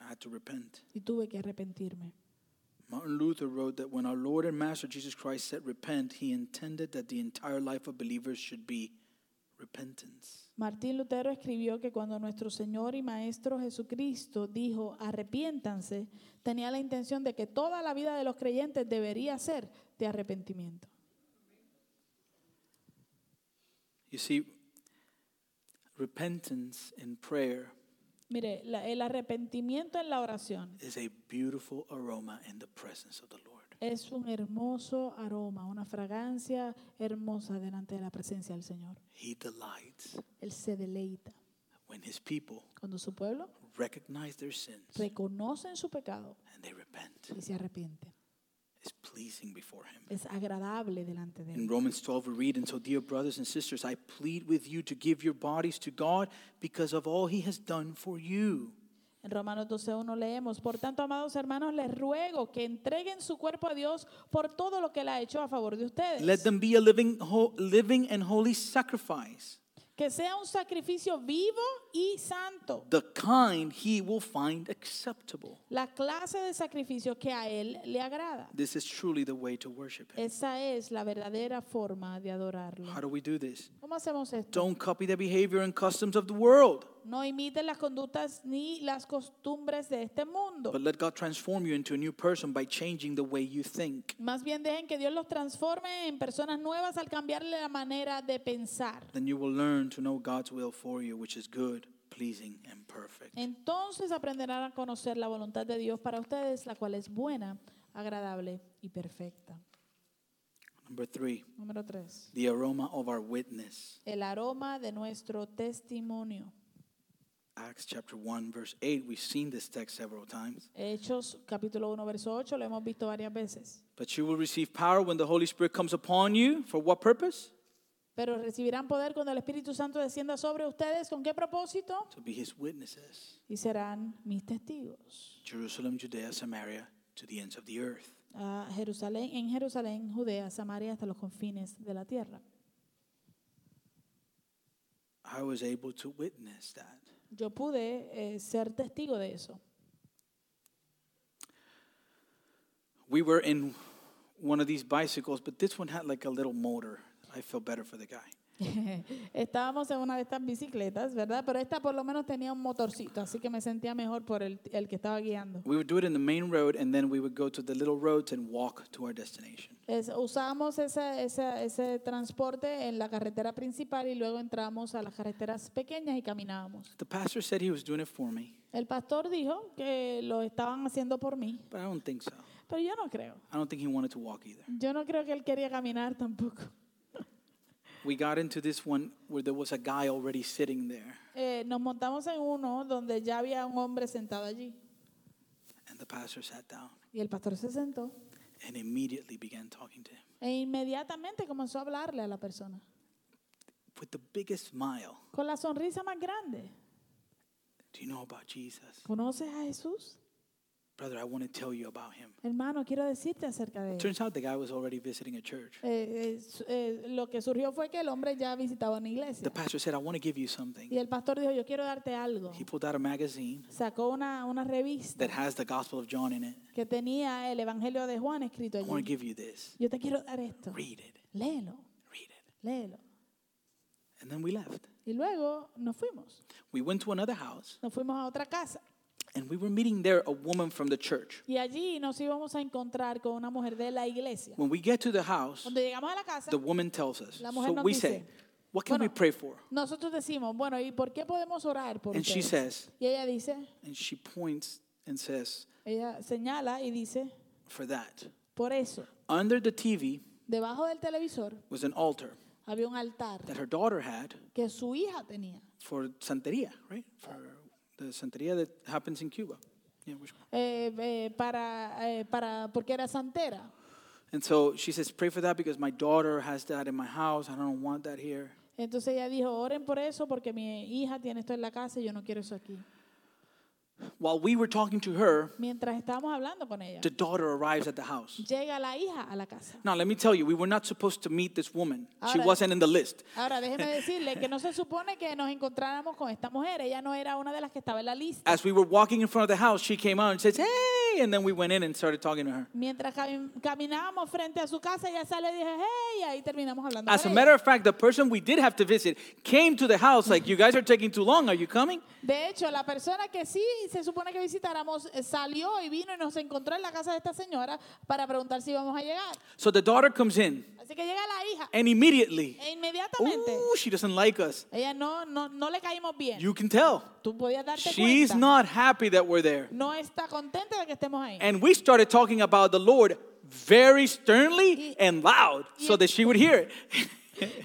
[SPEAKER 3] I had to repent.
[SPEAKER 4] y tuve que arrepentirme.
[SPEAKER 3] Martin Luther wrote that when our Lord and Master Jesus Christ said repent, he intended that the entire life of believers should be repentance.
[SPEAKER 4] Martín Lutero escribió que cuando nuestro Señor y Maestro Jesucristo dijo arrepiéntanse, tenía la intención de que toda la vida de los creyentes debería ser de arrepentimiento.
[SPEAKER 3] You see, repentance in prayer
[SPEAKER 4] Mire, la- el arrepentimiento en la oración
[SPEAKER 3] is a beautiful aroma in the presence of the Lord.
[SPEAKER 4] es un hermoso aroma, una fragancia hermosa delante de la presencia del Señor.
[SPEAKER 3] He delights
[SPEAKER 4] Él se deleita
[SPEAKER 3] when his people
[SPEAKER 4] cuando su pueblo
[SPEAKER 3] recognize their sins and
[SPEAKER 4] reconocen su pecado
[SPEAKER 3] they repent.
[SPEAKER 4] y se arrepienten.
[SPEAKER 3] It's pleasing before him.
[SPEAKER 4] Es agradable delante de
[SPEAKER 3] In
[SPEAKER 4] él.
[SPEAKER 3] Romans 12, we read, And so, dear brothers and sisters, I plead with you to give your bodies to God because of all he has done for you.
[SPEAKER 4] En Romanos 12.1 leemos, por tanto, amados hermanos, les ruego que entreguen su cuerpo a Dios por todo lo que él ha hecho a favor de ustedes.
[SPEAKER 3] Let them be a living, ho- living and holy sacrifice,
[SPEAKER 4] Que sea un sacrificio vivo y santo.
[SPEAKER 3] the kind he will find acceptable.
[SPEAKER 4] La clase de sacrificio que a Él le agrada.
[SPEAKER 3] This is truly the way to worship him.
[SPEAKER 4] Esa es la verdadera forma de adorarlo.
[SPEAKER 3] How do we do this?
[SPEAKER 4] ¿Cómo hacemos esto?
[SPEAKER 3] Don't copy the behavior and customs of the world,
[SPEAKER 4] No imiten las conductas ni las costumbres de este mundo.
[SPEAKER 3] but let God transform you into a new person by changing the way you think.
[SPEAKER 4] Más bien dejen que Dios los transforme en personas nuevas al cambiarle la manera de pensar.
[SPEAKER 3] then you will learn to know God's will for you, which is good, pleasing, and perfect.
[SPEAKER 4] Entonces aprenderán a conocer la voluntad de Dios para ustedes, la cual es buena, agradable y perfecta.
[SPEAKER 3] Number three,
[SPEAKER 4] Número 3.
[SPEAKER 3] the aroma of our witness.
[SPEAKER 4] El aroma de nuestro testimonio.
[SPEAKER 3] Acts chapter 1, verse 8. We've seen this text several times.
[SPEAKER 4] Hechos capítulo 1, verso 8, lo hemos visto varias veces.
[SPEAKER 3] But you will receive power when the Holy Spirit comes upon you. For what purpose?
[SPEAKER 4] Pero recibirán poder cuando el Espíritu Santo descienda sobre ustedes. ¿Con qué propósito?
[SPEAKER 3] To be his witnesses.
[SPEAKER 4] Y serán mis testigos.
[SPEAKER 3] Jerusalem, Judea, Samaria, to the ends of the earth.
[SPEAKER 4] A Jerusalén, en Jerusalén, Judea, Samaria, hasta los confines de la tierra.
[SPEAKER 3] I was able to witness that.
[SPEAKER 4] Yo pude eh, ser testigo de eso.
[SPEAKER 3] We were in one of these bicycles, but this one had like a little motor. I feel better for the guy.
[SPEAKER 4] Estábamos en una de estas bicicletas, ¿verdad? Pero esta por lo menos tenía un motorcito, así que me sentía mejor por el, el que estaba guiando.
[SPEAKER 3] We would do it in the main road, and then we would go to the little roads and walk to our destination.
[SPEAKER 4] Es- usábamos esa- esa- ese transporte en la carretera principal y luego entramos a las carreteras pequeñas y caminábamos.
[SPEAKER 3] The pastor said he was doing it for me,
[SPEAKER 4] El pastor dijo que lo estaban haciendo por mí,
[SPEAKER 3] but I don't think so.
[SPEAKER 4] pero yo no creo.
[SPEAKER 3] I don't think he wanted to walk either.
[SPEAKER 4] Yo no creo que él quería caminar tampoco.
[SPEAKER 3] We got into this one where there was a guy already sitting there,
[SPEAKER 4] Eh, nos montamos en uno donde ya había un hombre sentado allí
[SPEAKER 3] and the pastor sat down
[SPEAKER 4] y el pastor se sentó
[SPEAKER 3] and immediately began talking to him
[SPEAKER 4] e inmediatamente comenzó a hablarle a la persona
[SPEAKER 3] with the biggest smile.
[SPEAKER 4] con la sonrisa más grande.
[SPEAKER 3] Do you know about Jesus?
[SPEAKER 4] ¿Conoces a Jesús?
[SPEAKER 3] Brother, I want to tell you about him.
[SPEAKER 4] Hermano, quiero decirte acerca de él.
[SPEAKER 3] Turns out the guy was already visiting a church.
[SPEAKER 4] Eh, eh, su- eh, lo que surgió fue que el hombre ya visitaba una iglesia.
[SPEAKER 3] The pastor said, I want to give you
[SPEAKER 4] Y
[SPEAKER 3] something.
[SPEAKER 4] el pastor dijo, yo quiero darte algo.
[SPEAKER 3] He pulled out a magazine
[SPEAKER 4] Sacó una, una revista
[SPEAKER 3] that has the Gospel of John in it.
[SPEAKER 4] que tenía el Evangelio de Juan escrito
[SPEAKER 3] I want to
[SPEAKER 4] allí.
[SPEAKER 3] give you this.
[SPEAKER 4] Yo te quiero dar esto.
[SPEAKER 3] Read it.
[SPEAKER 4] Léelo,
[SPEAKER 3] Read it.
[SPEAKER 4] léelo.
[SPEAKER 3] And then we left.
[SPEAKER 4] Y luego nos fuimos.
[SPEAKER 3] We went to another house
[SPEAKER 4] Nos fuimos a otra casa.
[SPEAKER 3] and we were meeting there a woman from the church.
[SPEAKER 4] Y allí nos íbamos a encontrar con una mujer de la iglesia.
[SPEAKER 3] When we get to the house,
[SPEAKER 4] Cuando llegamos a la casa,
[SPEAKER 3] the woman tells us.
[SPEAKER 4] La mujer
[SPEAKER 3] So
[SPEAKER 4] nos
[SPEAKER 3] we
[SPEAKER 4] dice,
[SPEAKER 3] say, What can we
[SPEAKER 4] "Bueno,
[SPEAKER 3] pray for?
[SPEAKER 4] nosotros decimos, bueno, ¿y por qué podemos orar por
[SPEAKER 3] And she
[SPEAKER 4] ustedes?
[SPEAKER 3] says,
[SPEAKER 4] Y ella dice,
[SPEAKER 3] and she points and says,
[SPEAKER 4] ella señala y dice,
[SPEAKER 3] For that.
[SPEAKER 4] por eso,
[SPEAKER 3] Under the TV
[SPEAKER 4] debajo del televisor
[SPEAKER 3] was an altar
[SPEAKER 4] había un altar
[SPEAKER 3] that her daughter had
[SPEAKER 4] que su hija tenía.
[SPEAKER 3] for Santeria, right? For the Santeria that happens in Cuba. Yeah, which-
[SPEAKER 4] eh, eh, para, eh, para, porque era santera.
[SPEAKER 3] and so she says, Pray for that because my daughter has that in my house. I don't want that here.
[SPEAKER 4] Entonces ella dijo, oren por eso porque mi hija tiene esto en la casa y yo no quiero eso aquí.
[SPEAKER 3] While we were talking to her,
[SPEAKER 4] Mientras estábamos hablando con ella,
[SPEAKER 3] the daughter arrives at the house.
[SPEAKER 4] llega la hija a la casa.
[SPEAKER 3] Now, let me tell you, we were not supposed to meet this woman. She
[SPEAKER 4] Ahora-
[SPEAKER 3] wasn't in the list.
[SPEAKER 4] Ahora déjeme decirle que no se supone que nos encontráramos con esta mujer, ella no era una de las que estaba en la lista.
[SPEAKER 3] As we were walking in front of the house, she came out and says, Hey! And then we went in and started talking to her.
[SPEAKER 4] Mientras cami- caminábamos frente a su casa, ella sale y dije, hey, y ahí terminamos hablando.
[SPEAKER 3] As a
[SPEAKER 4] con
[SPEAKER 3] matter
[SPEAKER 4] ella.
[SPEAKER 3] of fact, the person we did have to visit came to the house, like, You guys are taking too long. Are you coming?
[SPEAKER 4] De hecho, la persona que sí se supone que visitáramos, eh, salió y vino y nos encontró en la casa de esta señora para preguntar si íbamos a llegar.
[SPEAKER 3] So the daughter comes in,
[SPEAKER 4] Así que llega la hija
[SPEAKER 3] and immediately,
[SPEAKER 4] e inmediatamente
[SPEAKER 3] ooh, she doesn't like us.
[SPEAKER 4] ella no, no, no le caímos bien.
[SPEAKER 3] Uh. You can tell.
[SPEAKER 4] Tú podías darte
[SPEAKER 3] She's
[SPEAKER 4] cuenta.
[SPEAKER 3] not happy that we're there.
[SPEAKER 4] no está contenta de que estemos ahí.
[SPEAKER 3] And we started talking about the Lord very sternly
[SPEAKER 4] Y-
[SPEAKER 3] and loud so that she would hear it.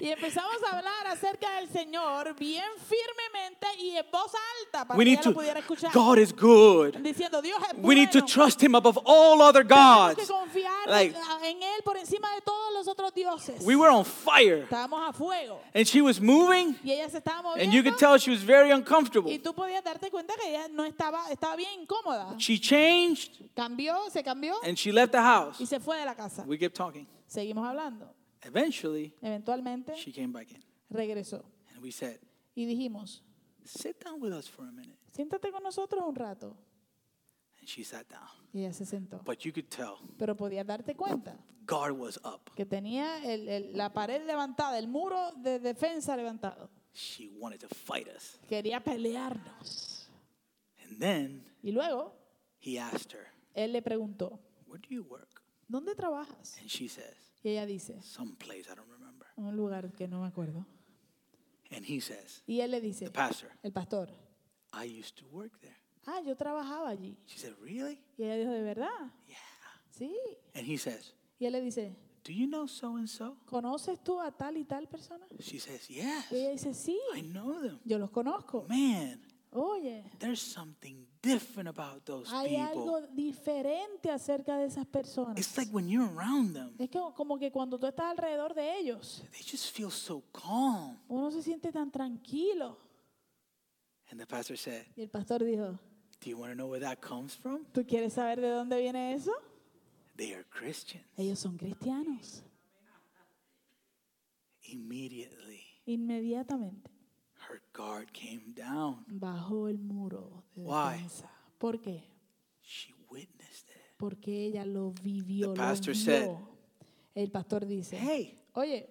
[SPEAKER 4] y empezamos a hablar acerca del Señor bien firmemente y en voz alta para
[SPEAKER 3] We
[SPEAKER 4] que
[SPEAKER 3] need
[SPEAKER 4] ella lo pudiera
[SPEAKER 3] to,
[SPEAKER 4] escuchar.
[SPEAKER 3] God is good.
[SPEAKER 4] diciendo, Dios es
[SPEAKER 3] We need to
[SPEAKER 4] bueno.
[SPEAKER 3] trust Him above all other
[SPEAKER 4] Tenemos que
[SPEAKER 3] gods.
[SPEAKER 4] confiar
[SPEAKER 3] Like-
[SPEAKER 4] en Él por encima de todos los otros dioses.
[SPEAKER 3] We were on fire.
[SPEAKER 4] Estábamos a fuego.
[SPEAKER 3] And she was moving,
[SPEAKER 4] Y ella se estaba moviendo.
[SPEAKER 3] and you could tell she was very uncomfortable.
[SPEAKER 4] y tú podías darte cuenta que ella no estaba, estaba bien incómoda.
[SPEAKER 3] She changed
[SPEAKER 4] Cambió, se cambió
[SPEAKER 3] and she left the
[SPEAKER 4] y
[SPEAKER 3] house.
[SPEAKER 4] se fue de la casa.
[SPEAKER 3] We kept talking.
[SPEAKER 4] Seguimos hablando.
[SPEAKER 3] Eventually,
[SPEAKER 4] Eventualmente
[SPEAKER 3] she came back in.
[SPEAKER 4] regresó.
[SPEAKER 3] And we said,
[SPEAKER 4] Y dijimos,
[SPEAKER 3] Sit down with us for a minute.
[SPEAKER 4] siéntate con nosotros un rato.
[SPEAKER 3] And she sat down.
[SPEAKER 4] Y ella se sentó.
[SPEAKER 3] But you could tell
[SPEAKER 4] Pero podías darte cuenta
[SPEAKER 3] God was up.
[SPEAKER 4] que tenía el- el- la pared levantada, el muro de defensa levantado.
[SPEAKER 3] She wanted to fight us.
[SPEAKER 4] Quería pelearnos.
[SPEAKER 3] And then
[SPEAKER 4] Y luego
[SPEAKER 3] he asked her,
[SPEAKER 4] él le preguntó,
[SPEAKER 3] Where do you work?
[SPEAKER 4] ¿dónde trabajas?
[SPEAKER 3] And she says,
[SPEAKER 4] Y ella dice,
[SPEAKER 3] Someplace I don't remember.
[SPEAKER 4] en un lugar que no me acuerdo.
[SPEAKER 3] And he says,
[SPEAKER 4] Y él le dice,
[SPEAKER 3] The pastor,
[SPEAKER 4] el pastor,
[SPEAKER 3] I used to work there.
[SPEAKER 4] ah, yo trabajaba allí.
[SPEAKER 3] She said, Really?
[SPEAKER 4] Y ella dijo, ¿de verdad?
[SPEAKER 3] Yeah.
[SPEAKER 4] Sí.
[SPEAKER 3] And he says,
[SPEAKER 4] Y él le dice,
[SPEAKER 3] Do you know so and so?
[SPEAKER 4] ¿conoces tú a tal y tal persona?
[SPEAKER 3] She says, Yes.
[SPEAKER 4] Y ella dice, sí,
[SPEAKER 3] I know them.
[SPEAKER 4] yo los conozco.
[SPEAKER 3] Man,
[SPEAKER 4] Oye,
[SPEAKER 3] there's something different about those
[SPEAKER 4] hay algo
[SPEAKER 3] people.
[SPEAKER 4] diferente acerca de esas personas.
[SPEAKER 3] It's like when you're around them,
[SPEAKER 4] Es que como que cuando tú estás alrededor de ellos,
[SPEAKER 3] they just feel so calm.
[SPEAKER 4] uno se siente tan tranquilo.
[SPEAKER 3] And the pastor said,
[SPEAKER 4] Y el pastor dijo,
[SPEAKER 3] Do you want to know where that comes from?
[SPEAKER 4] ¿tú quieres saber de dónde viene eso?
[SPEAKER 3] They are Christians.
[SPEAKER 4] Ellos son cristianos.
[SPEAKER 3] Immediately,
[SPEAKER 4] Inmediatamente
[SPEAKER 3] her guard came down.
[SPEAKER 4] bajó el muro de
[SPEAKER 3] Why?
[SPEAKER 4] defensa. ¿Por qué?
[SPEAKER 3] She witnessed it.
[SPEAKER 4] Porque ella lo vivió.
[SPEAKER 3] The
[SPEAKER 4] lo
[SPEAKER 3] pastor
[SPEAKER 4] vio.
[SPEAKER 3] said,
[SPEAKER 4] el pastor dice,
[SPEAKER 3] Hey,
[SPEAKER 4] oye,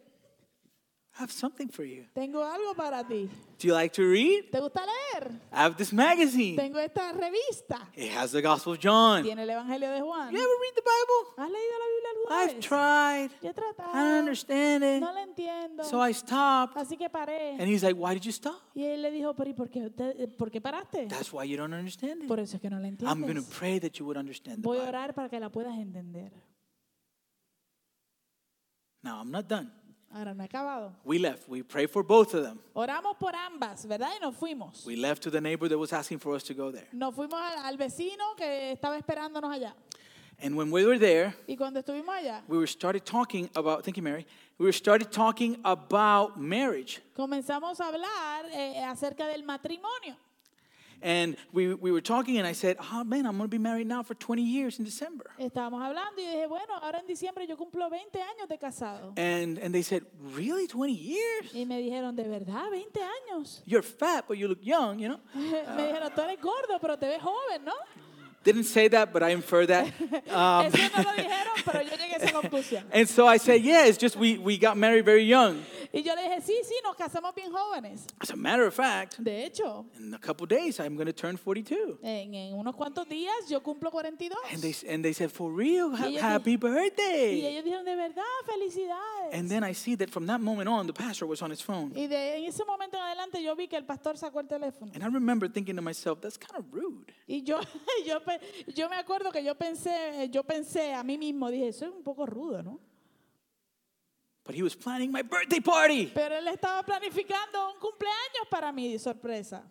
[SPEAKER 3] I have something for you.
[SPEAKER 4] tengo algo para ti.
[SPEAKER 3] Do you like to read?
[SPEAKER 4] ¿Te gusta leer?
[SPEAKER 3] I have this magazine.
[SPEAKER 4] Tengo esta revista.
[SPEAKER 3] It has the Gospel of John. You
[SPEAKER 4] Tiene el Evangelio de Juan.
[SPEAKER 3] ever read the Bible?
[SPEAKER 4] ¿Has leído la Biblia alguna
[SPEAKER 3] I've
[SPEAKER 4] vez?
[SPEAKER 3] tried.
[SPEAKER 4] Yo he tratado.
[SPEAKER 3] I don't understand
[SPEAKER 4] No
[SPEAKER 3] it.
[SPEAKER 4] la entiendo.
[SPEAKER 3] So I stopped.
[SPEAKER 4] Así que paré.
[SPEAKER 3] And he's like, Why did you stop?
[SPEAKER 4] y él le dijo, pero ¿y por qué, te- por qué paraste?
[SPEAKER 3] That's why you don't understand
[SPEAKER 4] Por
[SPEAKER 3] it.
[SPEAKER 4] eso es que no la
[SPEAKER 3] I'm going to
[SPEAKER 4] entiendes.
[SPEAKER 3] pray that you would understand the
[SPEAKER 4] Voy a
[SPEAKER 3] Bible.
[SPEAKER 4] orar para que la puedas entender.
[SPEAKER 3] Now, I'm not done.
[SPEAKER 4] Ahora no he acabado.
[SPEAKER 3] We left. We prayed for both of them.
[SPEAKER 4] Oramos por ambas, ¿verdad? Y nos fuimos.
[SPEAKER 3] We left to the neighbor that was asking for us to go there.
[SPEAKER 4] Nos fuimos al, al vecino que estaba esperándonos allá.
[SPEAKER 3] And when we were there,
[SPEAKER 4] Y cuando estuvimos allá,
[SPEAKER 3] we were started talking about thank you mary we were started talking about marriage
[SPEAKER 4] comenzamos a hablar eh, acerca del matrimonio.
[SPEAKER 3] and we, we were talking and i said oh man i'm going to be married now for 20 years in december
[SPEAKER 4] Estábamos hablando y dije, bueno, ahora en diciembre yo cumplo 20 años de casado.
[SPEAKER 3] and and they said really 20 years
[SPEAKER 4] Y me dijeron, ¿de verdad 20 años?
[SPEAKER 3] you're fat but you look young you know
[SPEAKER 4] me dijeron, tú eres gordo, pero te ves joven, ¿no?
[SPEAKER 3] didn't say that but i infer that um,
[SPEAKER 4] Eso no lo dijeron, pero yo llegué a esa conclusión.
[SPEAKER 3] and so i said yeah it's just we, we got married very young
[SPEAKER 4] Y yo le dije, sí, sí, nos casamos bien jóvenes.
[SPEAKER 3] as a matter of fact
[SPEAKER 4] De hecho,
[SPEAKER 3] in a couple days i'm going to turn 42
[SPEAKER 4] en, en unos cuantos días yo cumplo 42.
[SPEAKER 3] and they, s- and they said for real ha-
[SPEAKER 4] Y ellos-
[SPEAKER 3] happy
[SPEAKER 4] Y
[SPEAKER 3] birthday
[SPEAKER 4] ellos dijeron, de verdad, felicidades.
[SPEAKER 3] and then i see that from that moment on the pastor was on his phone
[SPEAKER 4] Y de en ese momento en adelante yo vi que el pastor sacó el teléfono.
[SPEAKER 3] And I remember thinking to myself, that's kind of rude.
[SPEAKER 4] Y yo, yo, pe- yo me acuerdo que yo pensé, yo pensé a mí mismo, dije, eso es un poco rudo, ¿no?
[SPEAKER 3] But he was planning my birthday party.
[SPEAKER 4] Pero él estaba planificando un cumpleaños para mí, sorpresa.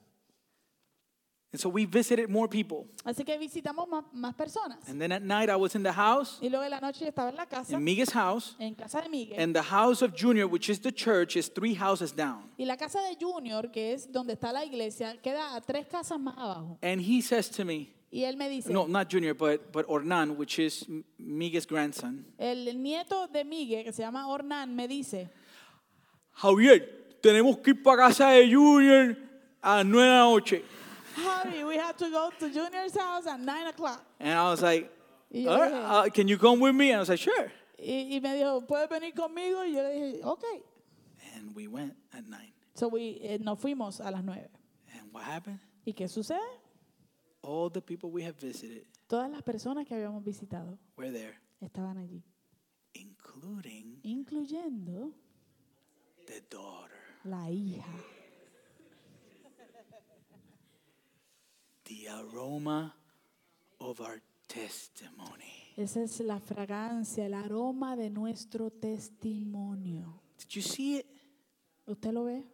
[SPEAKER 3] And so we visited more people.
[SPEAKER 4] Así que visitamos más, más personas.
[SPEAKER 3] And then at night, I was in the house,
[SPEAKER 4] Y luego en la noche yo estaba en la casa,
[SPEAKER 3] in Miguel's house.
[SPEAKER 4] en casa de Miguel.
[SPEAKER 3] And the house of Junior, which is the church, is three houses down.
[SPEAKER 4] y la casa de Junior, que es donde está la iglesia, queda a tres casas más abajo.
[SPEAKER 3] And he says to me,
[SPEAKER 4] Y él me dice,
[SPEAKER 3] no, not Junior, but, but Ornan, which is M- Miguel's grandson.
[SPEAKER 4] el nieto de Miguel, que se llama Ornan, me dice,
[SPEAKER 3] Javier, tenemos que ir para casa de Junior a las nueve de la noche.
[SPEAKER 4] Javi, we have to go to Junior's house at 9 o'clock.
[SPEAKER 3] And I was like,
[SPEAKER 4] Y yo
[SPEAKER 3] "All right,
[SPEAKER 4] dije-
[SPEAKER 3] uh, can you come with me? And I was like, sure.
[SPEAKER 4] Y, y me dijo, ¿puedes venir conmigo? Y yo le dije, ok.
[SPEAKER 3] And we went at nine.
[SPEAKER 4] So we, eh, nos fuimos a las 9.
[SPEAKER 3] And what happened?
[SPEAKER 4] ¿Y qué sucede?
[SPEAKER 3] all the people we have visited
[SPEAKER 4] Todas las personas que habíamos visitado
[SPEAKER 3] were there,
[SPEAKER 4] estaban allí,
[SPEAKER 3] including
[SPEAKER 4] incluyendo
[SPEAKER 3] the daughter,
[SPEAKER 4] la hija.
[SPEAKER 3] the aroma of our testimony.
[SPEAKER 4] Esa es la fragancia, el aroma de nuestro testimonio.
[SPEAKER 3] Did you see it?
[SPEAKER 4] ¿Usted lo ve?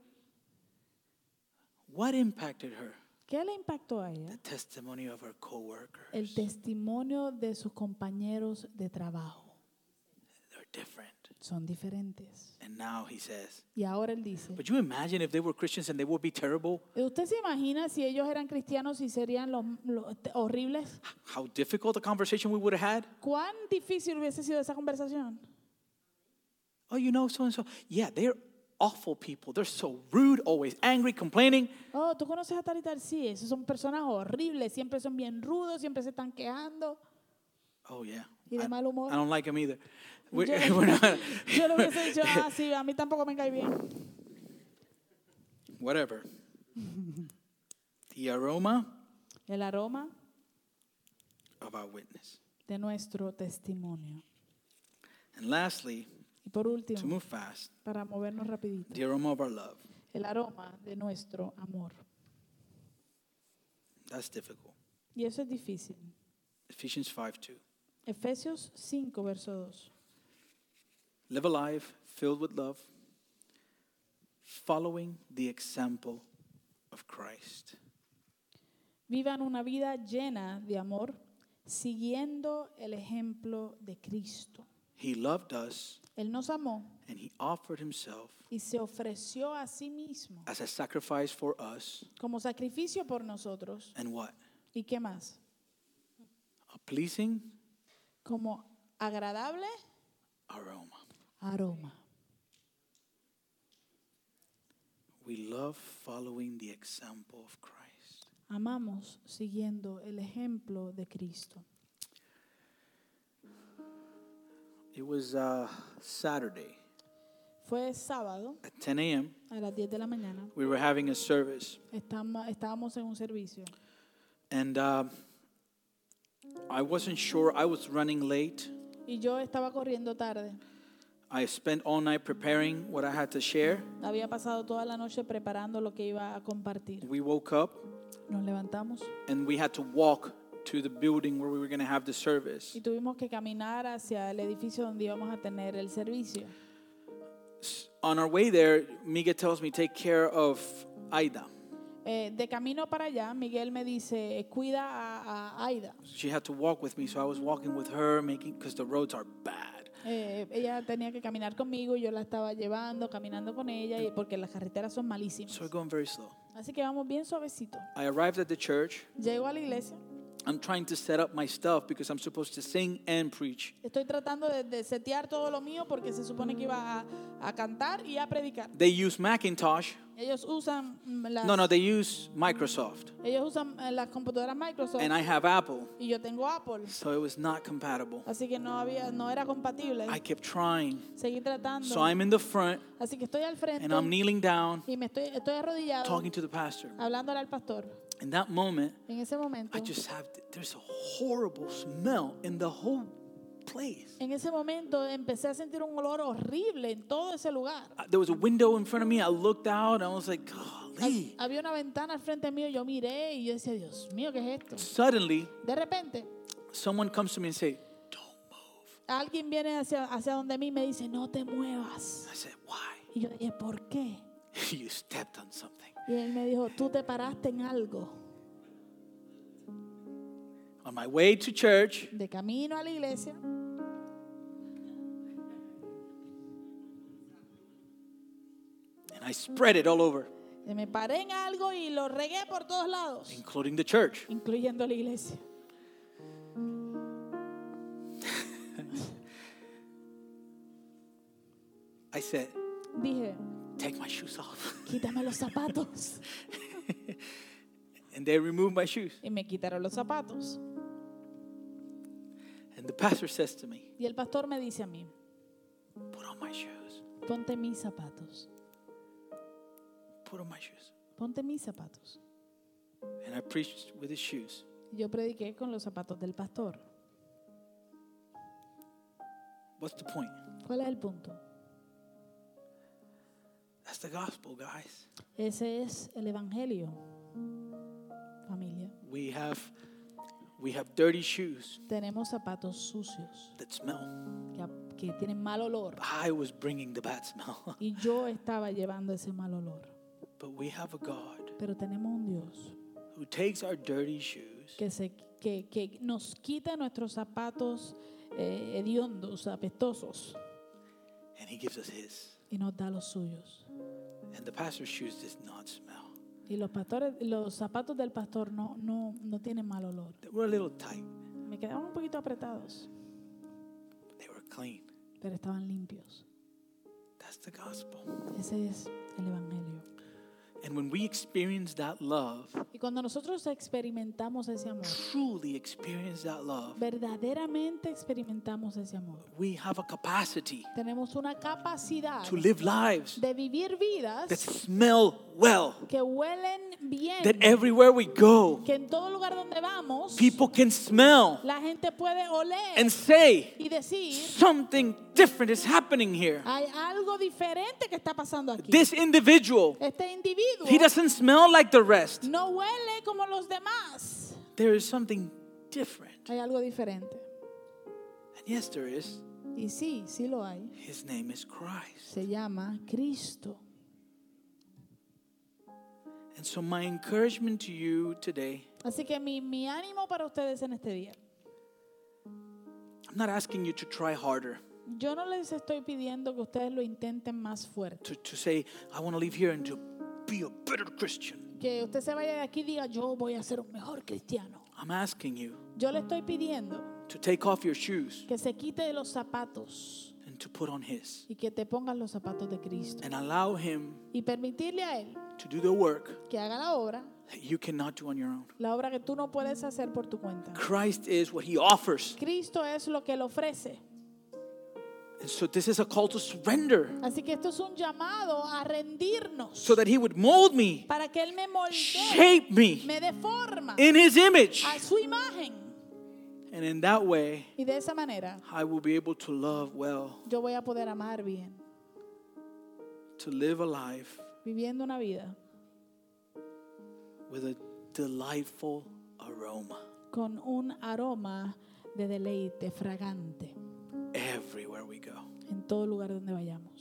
[SPEAKER 3] What impacted her?
[SPEAKER 4] ¿Qué le impactó a
[SPEAKER 3] The
[SPEAKER 4] ella?
[SPEAKER 3] testimony of her coworkers.
[SPEAKER 4] El testimonio de sus compañeros de trabajo.
[SPEAKER 3] They're different.
[SPEAKER 4] Son diferentes.
[SPEAKER 3] And now he says,
[SPEAKER 4] Y ahora él dice, eh,
[SPEAKER 3] but you imagine if they were Christians and they would be terrible,
[SPEAKER 4] ¿usted se imagina si ellos eran cristianos y serían los, los te- horribles?
[SPEAKER 3] how difficult a conversation we would have had?
[SPEAKER 4] ¿Cuán difícil hubiese sido esa conversación?
[SPEAKER 3] Oh, you know so and so. Yeah, they're awful people. They're so rude, always angry, complaining.
[SPEAKER 4] Oh, tú conoces a tal y tal, sí, esas son personas horribles, siempre son bien rudos, siempre se están quejando.
[SPEAKER 3] Oh yeah.
[SPEAKER 4] Y de
[SPEAKER 3] I,
[SPEAKER 4] mal humor.
[SPEAKER 3] I don't like him either. We're,
[SPEAKER 4] Yo-
[SPEAKER 3] we're not,
[SPEAKER 4] Yo lo hubiese dicho, ah, sí, a mí tampoco me cae bien.
[SPEAKER 3] whatever. the aroma
[SPEAKER 4] El aroma
[SPEAKER 3] of our witness.
[SPEAKER 4] de nuestro testimonio.
[SPEAKER 3] And lastly,
[SPEAKER 4] Y por
[SPEAKER 3] to
[SPEAKER 4] último,
[SPEAKER 3] move fast,
[SPEAKER 4] para movernos rapidito,
[SPEAKER 3] the aroma of our love.
[SPEAKER 4] el aroma de nuestro amor.
[SPEAKER 3] That's difficult.
[SPEAKER 4] Y eso es difícil.
[SPEAKER 3] Ephesians 5 2.
[SPEAKER 4] Efesios 5, verso 2.
[SPEAKER 3] Live a life filled with love, following the example of Christ.
[SPEAKER 4] Vivan una vida llena de amor, siguiendo el ejemplo de Cristo.
[SPEAKER 3] He loved us
[SPEAKER 4] Él nos amó
[SPEAKER 3] and he offered himself
[SPEAKER 4] y se ofreció a sí mismo
[SPEAKER 3] as a sacrifice for us
[SPEAKER 4] como sacrificio por nosotros.
[SPEAKER 3] and what?
[SPEAKER 4] ¿Y qué más?
[SPEAKER 3] A pleasing
[SPEAKER 4] Como agradable
[SPEAKER 3] aroma.
[SPEAKER 4] aroma.
[SPEAKER 3] We love following the example of Christ.
[SPEAKER 4] Amamos siguiendo el ejemplo de Cristo.
[SPEAKER 3] It was uh, Saturday
[SPEAKER 4] Fue sábado
[SPEAKER 3] at 10 a.m.
[SPEAKER 4] a las 10 de la mañana.
[SPEAKER 3] We were having a service,
[SPEAKER 4] Estama- Estábamos en un servicio
[SPEAKER 3] and uh, I wasn't sure. I was running late.
[SPEAKER 4] y yo estaba corriendo tarde.
[SPEAKER 3] I spent all night preparing what I had to share.
[SPEAKER 4] Había pasado toda la noche preparando lo que iba a compartir.
[SPEAKER 3] We woke up
[SPEAKER 4] Nos levantamos
[SPEAKER 3] and we had to walk to the building where we were going to have the service.
[SPEAKER 4] y tuvimos que caminar hacia el edificio donde íbamos a tener el servicio.
[SPEAKER 3] S- On our way there, Miguel tells me, take care of Aida.
[SPEAKER 4] Eh, de camino para allá, Miguel me dice, cuida a, a Aida.
[SPEAKER 3] She had to walk with me, so I was walking with her, making because the roads are bad.
[SPEAKER 4] Eh, ella tenía que caminar conmigo y yo la estaba llevando, caminando con ella, y porque las carreteras son malísimas.
[SPEAKER 3] So we're going very slow.
[SPEAKER 4] Así que vamos bien suavecito.
[SPEAKER 3] I arrived at the church.
[SPEAKER 4] Llego a la iglesia,
[SPEAKER 3] I'm trying to set up my stuff because I'm supposed to sing and preach.
[SPEAKER 4] estoy tratando de, de setear todo lo mío porque se supone que iba a, a cantar y a predicar.
[SPEAKER 3] They use Macintosh.
[SPEAKER 4] Ellos usan mm, las,
[SPEAKER 3] No, no, they use Microsoft.
[SPEAKER 4] ellos usan eh, las computadoras Microsoft
[SPEAKER 3] And I have Apple,
[SPEAKER 4] y yo tengo Apple,
[SPEAKER 3] so it was not compatible.
[SPEAKER 4] así que no había, no era compatible.
[SPEAKER 3] I kept trying.
[SPEAKER 4] Seguí tratando.
[SPEAKER 3] So I'm in the front
[SPEAKER 4] así que estoy al frente
[SPEAKER 3] and I'm kneeling down,
[SPEAKER 4] y me estoy, estoy arrodillado,
[SPEAKER 3] talking to the pastor.
[SPEAKER 4] hablándole al pastor.
[SPEAKER 3] In that moment,
[SPEAKER 4] En ese momento.
[SPEAKER 3] I just have there's a horrible smell in the whole place.
[SPEAKER 4] En ese momento empecé a sentir un olor horrible en todo ese lugar.
[SPEAKER 3] Uh, There was a window in front of me. I looked out and I was like, golly.
[SPEAKER 4] Había una ventana al frente mío, yo miré y yo decía, Dios mío, ¿qué es esto?
[SPEAKER 3] Suddenly,
[SPEAKER 4] De repente,
[SPEAKER 3] someone comes to me and say, "Don't move."
[SPEAKER 4] alguien viene hacia, hacia donde mí y me dice, no te muevas.
[SPEAKER 3] I said, "Why?"
[SPEAKER 4] Y yo dije, ¿por qué?
[SPEAKER 3] you stepped on something
[SPEAKER 4] Y él me dijo, tú te paraste en algo.
[SPEAKER 3] on my way to church.
[SPEAKER 4] De camino a la iglesia,
[SPEAKER 3] and I spread it all over,
[SPEAKER 4] y me paré en algo y lo regué por todos lados,
[SPEAKER 3] including the church.
[SPEAKER 4] incluyendo la iglesia.
[SPEAKER 3] I said,
[SPEAKER 4] Dije,
[SPEAKER 3] Take my shoes off.
[SPEAKER 4] quítame los zapatos.
[SPEAKER 3] and they removed my shoes.
[SPEAKER 4] Y me quitaron los zapatos.
[SPEAKER 3] And the pastor says to me,
[SPEAKER 4] Y el pastor me dice a mí,
[SPEAKER 3] Put on my shoes.
[SPEAKER 4] ponte mis zapatos.
[SPEAKER 3] Put on my shoes.
[SPEAKER 4] Ponte mis zapatos.
[SPEAKER 3] And I preached with his shoes.
[SPEAKER 4] Yo prediqué con los zapatos del pastor.
[SPEAKER 3] What's the point?
[SPEAKER 4] ¿Cuál es el punto?
[SPEAKER 3] That's the gospel, guys.
[SPEAKER 4] Ese es el evangelio. Familia,
[SPEAKER 3] We have we have dirty shoes
[SPEAKER 4] tenemos zapatos sucios
[SPEAKER 3] that smell.
[SPEAKER 4] que, ap- que tienen mal olor
[SPEAKER 3] I was bringing the bad smell.
[SPEAKER 4] y yo estaba llevando ese mal olor.
[SPEAKER 3] but we have a God
[SPEAKER 4] Pero tenemos un Dios
[SPEAKER 3] who takes our dirty shoes
[SPEAKER 4] que, se, que, que nos quita nuestros zapatos eh, hediondos, apestosos
[SPEAKER 3] and he gives us his.
[SPEAKER 4] y nos da los suyos.
[SPEAKER 3] And the pastor's shoes does not smell.
[SPEAKER 4] Y los pastores, los zapatos del pastor no, no, no tienen mal olor.
[SPEAKER 3] They were a little tight.
[SPEAKER 4] Me quedaban un poquito apretados,
[SPEAKER 3] They were clean.
[SPEAKER 4] pero estaban limpios.
[SPEAKER 3] That's the gospel.
[SPEAKER 4] Ese es el evangelio.
[SPEAKER 3] And when we experience that love,
[SPEAKER 4] Y cuando nosotros experimentamos ese amor,
[SPEAKER 3] truly experience that love,
[SPEAKER 4] verdaderamente experimentamos ese amor.
[SPEAKER 3] we have a capacity
[SPEAKER 4] Tenemos una capacidad
[SPEAKER 3] to live lives
[SPEAKER 4] de
[SPEAKER 3] that
[SPEAKER 4] vivir vidas
[SPEAKER 3] smell well.
[SPEAKER 4] que huelen bien,
[SPEAKER 3] That everywhere we go,
[SPEAKER 4] que en todo lugar donde vamos,
[SPEAKER 3] people can smell
[SPEAKER 4] la gente puede oler
[SPEAKER 3] and say,
[SPEAKER 4] y decir,
[SPEAKER 3] something different is happening here.
[SPEAKER 4] hay algo diferente que está pasando aquí.
[SPEAKER 3] This individual,
[SPEAKER 4] este individuo
[SPEAKER 3] he doesn't smell like the rest.
[SPEAKER 4] no huele como los demás.
[SPEAKER 3] There is something different.
[SPEAKER 4] Hay algo diferente.
[SPEAKER 3] And yes, there is.
[SPEAKER 4] Y sí, sí lo hay.
[SPEAKER 3] His name is Christ.
[SPEAKER 4] Se llama Cristo.
[SPEAKER 3] And so, my encouragement to you today
[SPEAKER 4] Así que mi, mi ánimo para ustedes en este día.
[SPEAKER 3] I'm not asking you to try harder,
[SPEAKER 4] Yo no les estoy pidiendo que ustedes lo intenten más fuerte.
[SPEAKER 3] to, to say, I want to leave here and to be a better Christian.
[SPEAKER 4] Que usted se vaya de aquí y diga, yo voy a ser un mejor cristiano.
[SPEAKER 3] I'm asking you
[SPEAKER 4] Yo le estoy pidiendo
[SPEAKER 3] to take off your shoes
[SPEAKER 4] que se quite de los zapatos
[SPEAKER 3] and to put on His
[SPEAKER 4] y que te pongas los zapatos de Cristo.
[SPEAKER 3] and allow Him
[SPEAKER 4] Y permitirle a Él
[SPEAKER 3] to do the work
[SPEAKER 4] que haga la obra,
[SPEAKER 3] that you cannot do on your own.
[SPEAKER 4] la obra que tú no puedes hacer por tu cuenta.
[SPEAKER 3] Christ is what He offers.
[SPEAKER 4] Cristo es lo que Él ofrece.
[SPEAKER 3] And so, this is a call to surrender
[SPEAKER 4] Así que esto es un llamado a rendirnos
[SPEAKER 3] so that He would mold me,
[SPEAKER 4] para que Él me moldee,
[SPEAKER 3] shape me
[SPEAKER 4] me deforma
[SPEAKER 3] in His image.
[SPEAKER 4] a su imagen.
[SPEAKER 3] And in that way,
[SPEAKER 4] Y de esa manera
[SPEAKER 3] I will be able to love well,
[SPEAKER 4] yo voy a poder amar bien,
[SPEAKER 3] to live a life
[SPEAKER 4] viviendo una vida
[SPEAKER 3] with a delightful aroma
[SPEAKER 4] con un aroma de deleite fragante
[SPEAKER 3] everywhere we go.
[SPEAKER 4] en todo lugar donde vayamos.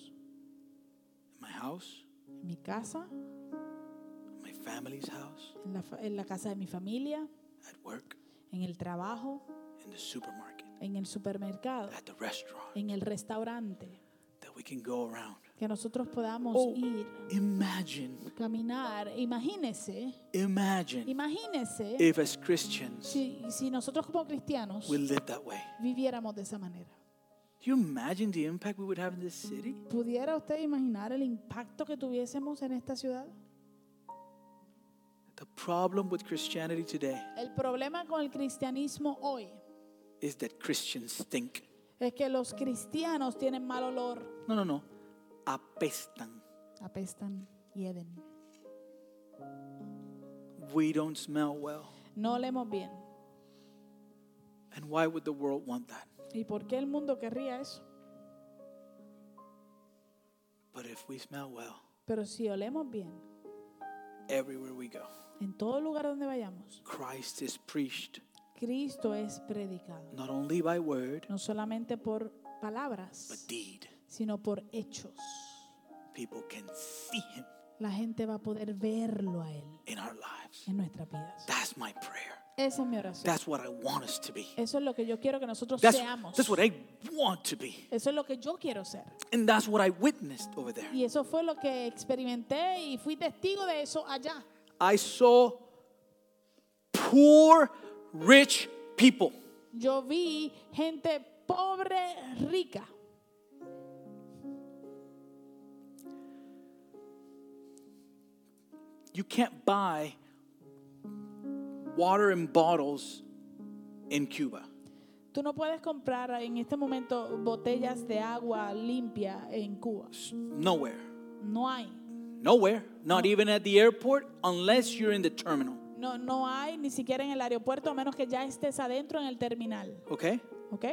[SPEAKER 3] In my house,
[SPEAKER 4] En mi casa,
[SPEAKER 3] in my family's house,
[SPEAKER 4] en la, fa- en la casa de mi familia,
[SPEAKER 3] at work,
[SPEAKER 4] en el trabajo,
[SPEAKER 3] in the supermarket,
[SPEAKER 4] en el supermercado,
[SPEAKER 3] at the restaurant,
[SPEAKER 4] en el restaurante,
[SPEAKER 3] that we can go around.
[SPEAKER 4] que nosotros podamos
[SPEAKER 3] Oh.
[SPEAKER 4] ir,
[SPEAKER 3] Imagine,
[SPEAKER 4] caminar. Imagínese,
[SPEAKER 3] imagine
[SPEAKER 4] imagínese
[SPEAKER 3] if as Christians
[SPEAKER 4] si, si nosotros como cristianos
[SPEAKER 3] we lived that way.
[SPEAKER 4] viviéramos de esa manera.
[SPEAKER 3] Do you imagine the impact we would have in this city?
[SPEAKER 4] ¿Pudiera usted imaginar el impacto que tuviésemos en esta ciudad?
[SPEAKER 3] The problem with Christianity today
[SPEAKER 4] El problema con el cristianismo hoy
[SPEAKER 3] is that Christians stink.
[SPEAKER 4] es que los cristianos tienen mal olor,
[SPEAKER 3] No, no, no. Apestan.
[SPEAKER 4] apestan y heden.
[SPEAKER 3] We don't smell well.
[SPEAKER 4] No olemos bien.
[SPEAKER 3] And why would the world want that?
[SPEAKER 4] ¿Y por qué el mundo querría eso?
[SPEAKER 3] But if we smell well
[SPEAKER 4] Pero si olemos bien,
[SPEAKER 3] everywhere we go,
[SPEAKER 4] en todo lugar donde vayamos,
[SPEAKER 3] Christ is preached
[SPEAKER 4] Cristo es predicado.
[SPEAKER 3] not only by word,
[SPEAKER 4] No solamente por
[SPEAKER 3] but
[SPEAKER 4] palabras,
[SPEAKER 3] deed.
[SPEAKER 4] sino por hechos.
[SPEAKER 3] People can see him
[SPEAKER 4] La gente va a poder verlo a Él
[SPEAKER 3] in our lives.
[SPEAKER 4] en nuestras vidas.
[SPEAKER 3] That's my prayer.
[SPEAKER 4] Esa es mi oración.
[SPEAKER 3] That's what I want us to be.
[SPEAKER 4] Eso es lo que yo quiero que nosotros
[SPEAKER 3] That's,
[SPEAKER 4] seamos.
[SPEAKER 3] that's what I want to be.
[SPEAKER 4] Eso es lo que yo quiero ser.
[SPEAKER 3] And that's what I witnessed over there.
[SPEAKER 4] Y eso fue lo que experimenté y fui testigo de eso allá.
[SPEAKER 3] I saw poor, rich people.
[SPEAKER 4] Yo vi gente pobre, rica.
[SPEAKER 3] You can't buy water in bottles in Cuba.
[SPEAKER 4] Tú no puedes comprar en este momento botellas de agua limpia en Cuba.
[SPEAKER 3] Nowhere.
[SPEAKER 4] No hay.
[SPEAKER 3] Nowhere. Not even at the airport unless you're in the terminal.
[SPEAKER 4] No, no hay ni siquiera en el aeropuerto a menos que ya estés adentro en el terminal.
[SPEAKER 3] Okay?
[SPEAKER 4] ¿Ok?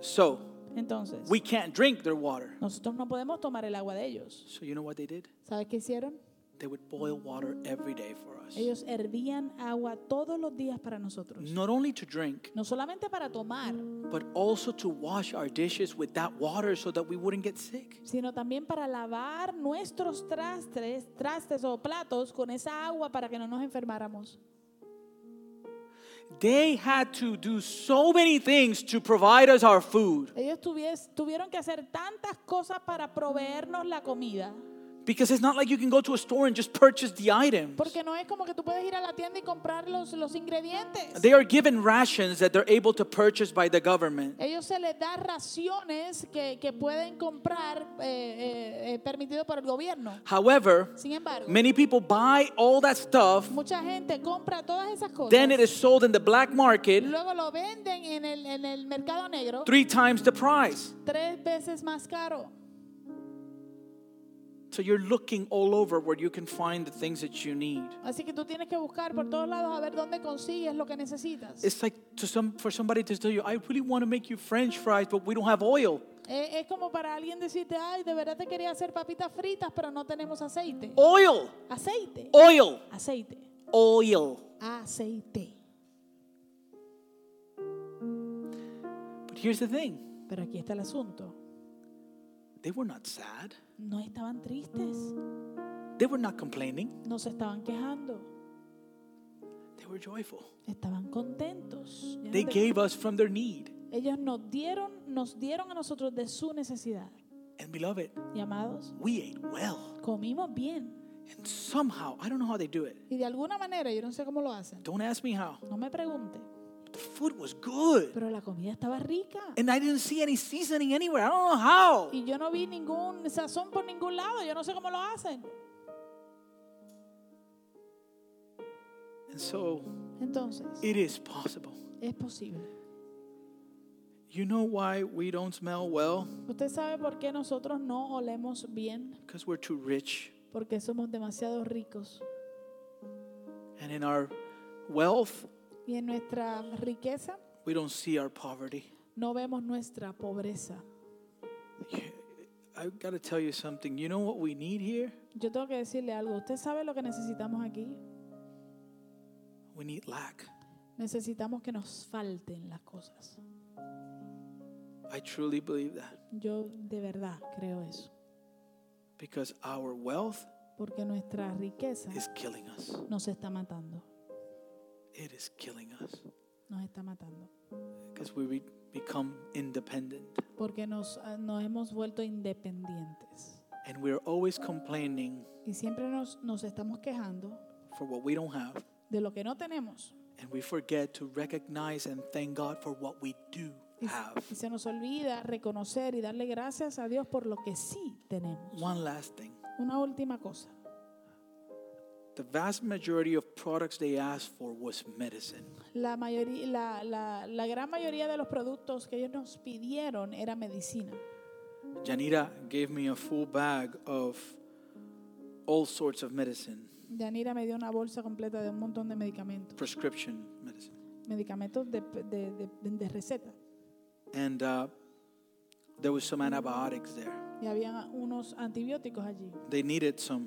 [SPEAKER 3] So
[SPEAKER 4] Entonces,
[SPEAKER 3] we can't drink their water.
[SPEAKER 4] nosotros no podemos tomar el agua de ellos.
[SPEAKER 3] So you know what they did?
[SPEAKER 4] ¿Sabes qué hicieron?
[SPEAKER 3] They would boil water every day for us.
[SPEAKER 4] Ellos hervían agua todos los días para nosotros.
[SPEAKER 3] Not only to drink,
[SPEAKER 4] No solamente para tomar,
[SPEAKER 3] but also to wash our dishes with that water so that we wouldn't get sick.
[SPEAKER 4] sino también para lavar nuestros trastes, trastes o platos con esa agua para que no nos enfermáramos.
[SPEAKER 3] They had to do so many things to provide us our food
[SPEAKER 4] Ellos tuvies- tuvieron que hacer tantas cosas para proveernos la comida.
[SPEAKER 3] because it's not like you can go to a store and just purchase the items.
[SPEAKER 4] Porque no es como que tú puedes ir a la tienda y comprar los, los ingredientes.
[SPEAKER 3] They are given rations that they're able to purchase by the government.
[SPEAKER 4] Ellos se les da raciones que, que pueden comprar eh, eh, eh, permitido por el gobierno.
[SPEAKER 3] However,
[SPEAKER 4] Sin embargo,
[SPEAKER 3] many people buy all that stuff,
[SPEAKER 4] mucha gente compra todas esas cosas.
[SPEAKER 3] then it is sold in the black market
[SPEAKER 4] luego lo venden en el, en el mercado negro
[SPEAKER 3] three times the price.
[SPEAKER 4] tres veces más caro.
[SPEAKER 3] So you're looking all over where you can find the things that you need.
[SPEAKER 4] Así que tú tienes que buscar por todos lados a ver dónde consigues lo que necesitas.
[SPEAKER 3] It's like to some for somebody to tell you, I really want to make you French fries, but we don't have oil.
[SPEAKER 4] Eh, es como para alguien decirte, ay, de verdad te quería hacer papitas fritas, pero no tenemos aceite.
[SPEAKER 3] Oil,
[SPEAKER 4] Aceite.
[SPEAKER 3] oil,
[SPEAKER 4] Aceite.
[SPEAKER 3] oil.
[SPEAKER 4] Aceite.
[SPEAKER 3] But here's the thing:
[SPEAKER 4] Pero aquí está el asunto.
[SPEAKER 3] they were not sad.
[SPEAKER 4] No estaban tristes,
[SPEAKER 3] They were not complaining.
[SPEAKER 4] no se estaban quejando,
[SPEAKER 3] They were joyful.
[SPEAKER 4] estaban contentos. Ya no
[SPEAKER 3] They
[SPEAKER 4] te-
[SPEAKER 3] gave us from their need.
[SPEAKER 4] Ellos nos dieron, nos dieron a nosotros de su necesidad.
[SPEAKER 3] And beloved,
[SPEAKER 4] Y amados,
[SPEAKER 3] we ate well.
[SPEAKER 4] comimos bien.
[SPEAKER 3] And somehow, I don't know how they do it.
[SPEAKER 4] Y de alguna manera, yo no sé cómo lo hacen,
[SPEAKER 3] Don't ask me how.
[SPEAKER 4] no me pregunte,
[SPEAKER 3] The food was good.
[SPEAKER 4] pero la comida estaba rica.
[SPEAKER 3] And I didn't see any seasoning anywhere. I don't know how.
[SPEAKER 4] Y yo no vi ningún sazón por ningún lado, yo no sé cómo lo hacen.
[SPEAKER 3] And so
[SPEAKER 4] Entonces,
[SPEAKER 3] it is possible.
[SPEAKER 4] es posible.
[SPEAKER 3] You know why we don't smell well?
[SPEAKER 4] ¿Usted sabe por qué nosotros no olemos bien?
[SPEAKER 3] Because we're too rich.
[SPEAKER 4] Porque somos demasiado ricos.
[SPEAKER 3] And in our wealth,
[SPEAKER 4] Y en nuestra riqueza
[SPEAKER 3] we don't see our poverty.
[SPEAKER 4] no vemos nuestra pobreza.
[SPEAKER 3] I got to tell you something. You know what we need here?
[SPEAKER 4] Yo tengo que decirle algo. ¿Usted sabe lo que necesitamos aquí?
[SPEAKER 3] We need lack.
[SPEAKER 4] Necesitamos que nos falten las cosas.
[SPEAKER 3] I truly believe that
[SPEAKER 4] Yo de verdad creo eso.
[SPEAKER 3] because our wealth
[SPEAKER 4] Porque nuestra riqueza
[SPEAKER 3] is killing us.
[SPEAKER 4] nos está matando.
[SPEAKER 3] It is killing us
[SPEAKER 4] Nos está matando.
[SPEAKER 3] because we re- become independent
[SPEAKER 4] Porque nos, ah, nos hemos vuelto independientes.
[SPEAKER 3] and we're always complaining
[SPEAKER 4] Y siempre nos, nos estamos quejando
[SPEAKER 3] for what we don't have
[SPEAKER 4] de lo que no tenemos.
[SPEAKER 3] and we forget to recognize and thank God for what we do
[SPEAKER 4] Y, se-
[SPEAKER 3] have.
[SPEAKER 4] y se nos olvida reconocer y darle gracias a Dios por lo que sí tenemos.
[SPEAKER 3] One last thing.
[SPEAKER 4] Una última cosa.
[SPEAKER 3] The vast majority of products they asked for was medicine.
[SPEAKER 4] La, mayoría, la, la- la gran mayoría de los productos que ellos nos pidieron era medicina.
[SPEAKER 3] Janita gave me a full bag of all sorts of medicine,
[SPEAKER 4] Yanira me dio una bolsa completa de un montón de medicamentos,
[SPEAKER 3] prescription medicine.
[SPEAKER 4] medicamentos de, de- de- de receta.
[SPEAKER 3] And uh, there was some antibiotics there.
[SPEAKER 4] Y había unos antibióticos allí.
[SPEAKER 3] They needed some.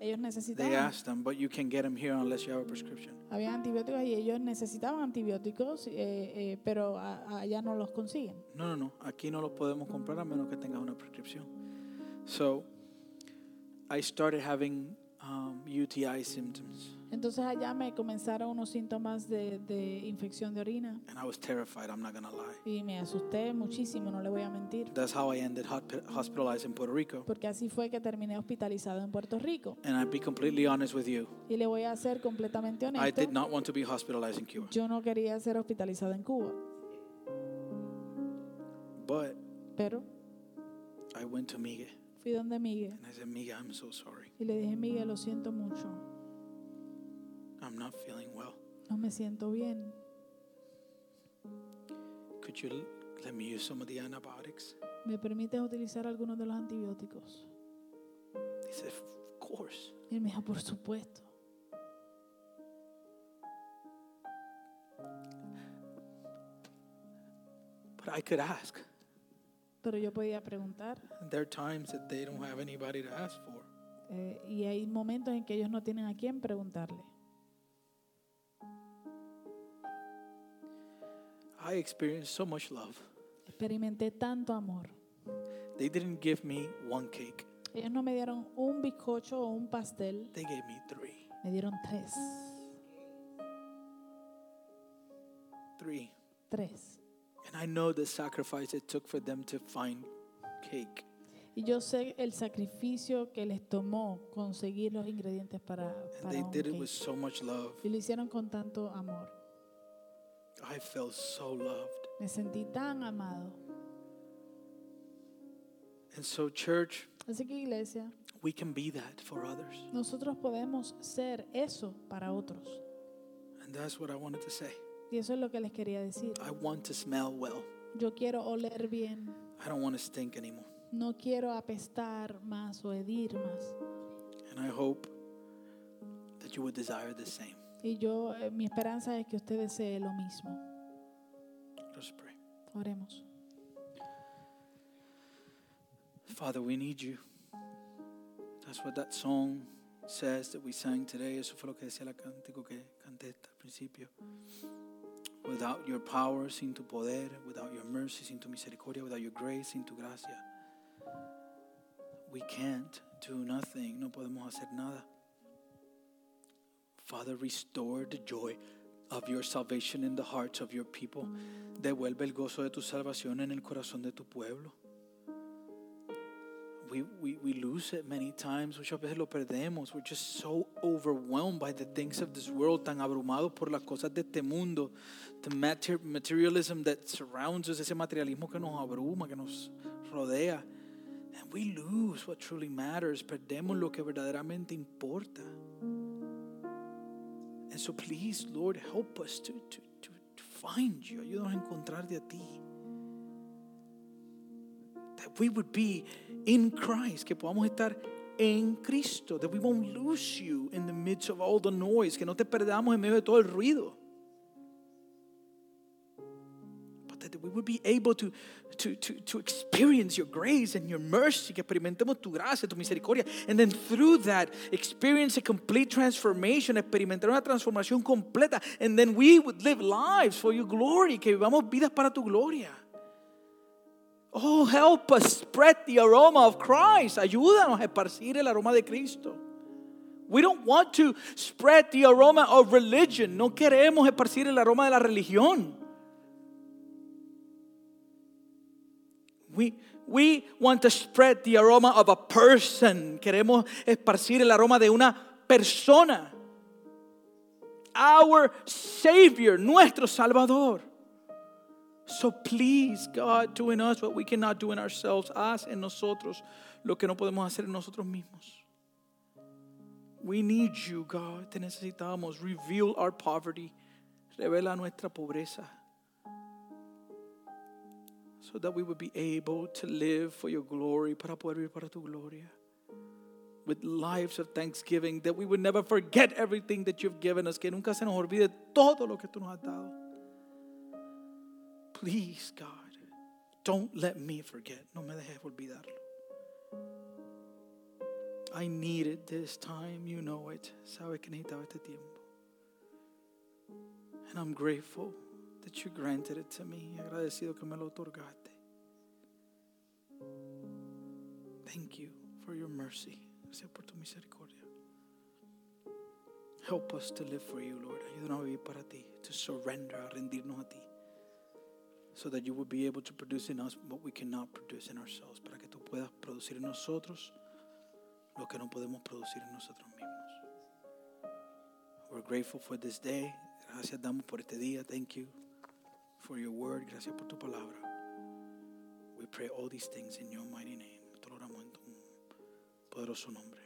[SPEAKER 4] Ellos
[SPEAKER 3] They
[SPEAKER 4] necesitaban,
[SPEAKER 3] asked them, but you can get them here unless you have a prescription.
[SPEAKER 4] había antibióticos y ellos necesitaban antibióticos, eh, eh, pero a- allá no los consiguen.
[SPEAKER 3] No, no, no. Aquí no los podemos comprar a menos que tengas una prescripción. So I started having um, UTI symptoms,
[SPEAKER 4] Entonces allá me comenzaron unos síntomas de, de infección de orina
[SPEAKER 3] and I was terrified. I'm not gonna lie.
[SPEAKER 4] y me asusté muchísimo, no le voy a mentir,
[SPEAKER 3] That's how I ended hot- hospitalized in Puerto Rico.
[SPEAKER 4] porque así fue que terminé hospitalizado en Puerto Rico.
[SPEAKER 3] And I'll be completely honest with you.
[SPEAKER 4] Y le voy a ser completamente
[SPEAKER 3] I
[SPEAKER 4] honesto.
[SPEAKER 3] did not want to be hospitalized in Cuba,
[SPEAKER 4] Yo no quería ser hospitalizado en Cuba,
[SPEAKER 3] but
[SPEAKER 4] pero
[SPEAKER 3] I went to Miguel
[SPEAKER 4] fui donde Miguel
[SPEAKER 3] and I said, Miguel, I'm so sorry.
[SPEAKER 4] y le dije, Miguel, lo siento mucho,
[SPEAKER 3] I'm not feeling well.
[SPEAKER 4] no me siento bien.
[SPEAKER 3] Could you l- let me use some of the antibiotics?
[SPEAKER 4] ¿Me permites utilizar algunos de los antibióticos?
[SPEAKER 3] He said, Of course.
[SPEAKER 4] Y él me dijo, por supuesto.
[SPEAKER 3] But I could ask.
[SPEAKER 4] Pero yo podía preguntar.
[SPEAKER 3] And there are times that they don't have anybody to ask for.
[SPEAKER 4] eh, y hay momentos en que ellos no tienen a quién preguntarle.
[SPEAKER 3] I experienced so much love.
[SPEAKER 4] Experimenté tanto amor.
[SPEAKER 3] They didn't give me one cake,
[SPEAKER 4] Ellos no me dieron un bizcocho o un pastel,
[SPEAKER 3] they gave me three.
[SPEAKER 4] me dieron tres.
[SPEAKER 3] Three.
[SPEAKER 4] Tres.
[SPEAKER 3] And I know the sacrifice it took for them to find cake.
[SPEAKER 4] Y yo sé el sacrificio que les tomó conseguir los ingredientes para,
[SPEAKER 3] And
[SPEAKER 4] para
[SPEAKER 3] they
[SPEAKER 4] un
[SPEAKER 3] did it
[SPEAKER 4] cake.
[SPEAKER 3] with so much love.
[SPEAKER 4] Y lo hicieron con tanto amor.
[SPEAKER 3] I felt so loved.
[SPEAKER 4] Me sentí tan amado.
[SPEAKER 3] And so, church,
[SPEAKER 4] Así que iglesia,
[SPEAKER 3] we can be that for others.
[SPEAKER 4] nosotros podemos ser eso para otros.
[SPEAKER 3] And that's what I wanted to say.
[SPEAKER 4] Y eso es lo que les quería decir.
[SPEAKER 3] I want to smell well.
[SPEAKER 4] Yo quiero oler bien.
[SPEAKER 3] I don't want to stink anymore.
[SPEAKER 4] No quiero apestar más o herir más.
[SPEAKER 3] And I hope that you would desire the same.
[SPEAKER 4] Y yo, eh, mi esperanza es que usted desee lo mismo.
[SPEAKER 3] Let us pray.
[SPEAKER 4] Oremos.
[SPEAKER 3] Father, we need you. That's what that song says that we sang today. Eso fue lo que decía el cántico que canté al principio. Without your power, sin tu poder, without your mercy, sin tu misericordia, without your grace, sin tu gracia. We can't do nothing. No podemos hacer nada. Father, restore the joy of your salvation in the hearts of your people. Devuelve el gozo de tu salvación en el corazón de tu pueblo. we, we, we lose it many times, muchas veces lo perdemos. We're just so overwhelmed by the things of this world, tan abrumados por las cosas de este mundo, the mater- materialism that surrounds us, ese materialismo que nos abruma, que nos rodea. And we lose what truly matters, perdemos lo que verdaderamente importa. And so please, Lord, help us to, to, to, to find you, ayúdanos a encontrarte a ti that we would be in Christ, que podamos estar en Cristo, that we won't lose you in the midst of all the noise, que no te perdamos en medio de todo el ruido. But that we would be able to, to, to, to experience your grace and your mercy, que experimentemos tu gracia, tu misericordia, and then through that experience a complete transformation, experimentar una transformación completa, and then we would live lives for your glory, que vivamos vidas para tu gloria. Oh, help us spread the aroma of Christ. Ayúdanos a esparcir el aroma de Cristo. We don't want to spread the aroma of religion. No queremos esparcir el aroma de la religión. We, we want to spread the aroma of a person. Queremos esparcir el aroma de una persona. Our Savior, nuestro Salvador. So please, God, do in us what we cannot do in ourselves. Haz en nosotros lo que no podemos hacer en nosotros mismos. We need you, God. Te necesitamos. Reveal our poverty. Revela nuestra pobreza. So that we would be able to live for your glory. Para poder vivir para tu gloria. With lives of thanksgiving. That we would never forget everything that you've given us. Que nunca se nos olvide todo lo que tú nos has dado. Please, God, don't let me forget. No me dejes olvidarlo. I needed this time. You know it. Sabes que necesitaba este tiempo. And I'm grateful that you granted it to me. Agradecido que me lo otorgaste. Thank you for your mercy. Gracias por tu misericordia. Help us to live for you, Lord. Ayúdanos a vivir para ti. To surrender, a rendirnos a ti so that you will be able to produce in us what we cannot produce in ourselves, para que tú puedas producir en nosotros lo que no podemos producir en nosotros mismos. We're grateful for this day. Gracias damos por este día. Thank you for your word. Gracias por tu palabra. We pray all these things in your mighty name. Te lo oramos en tu poderoso nombre.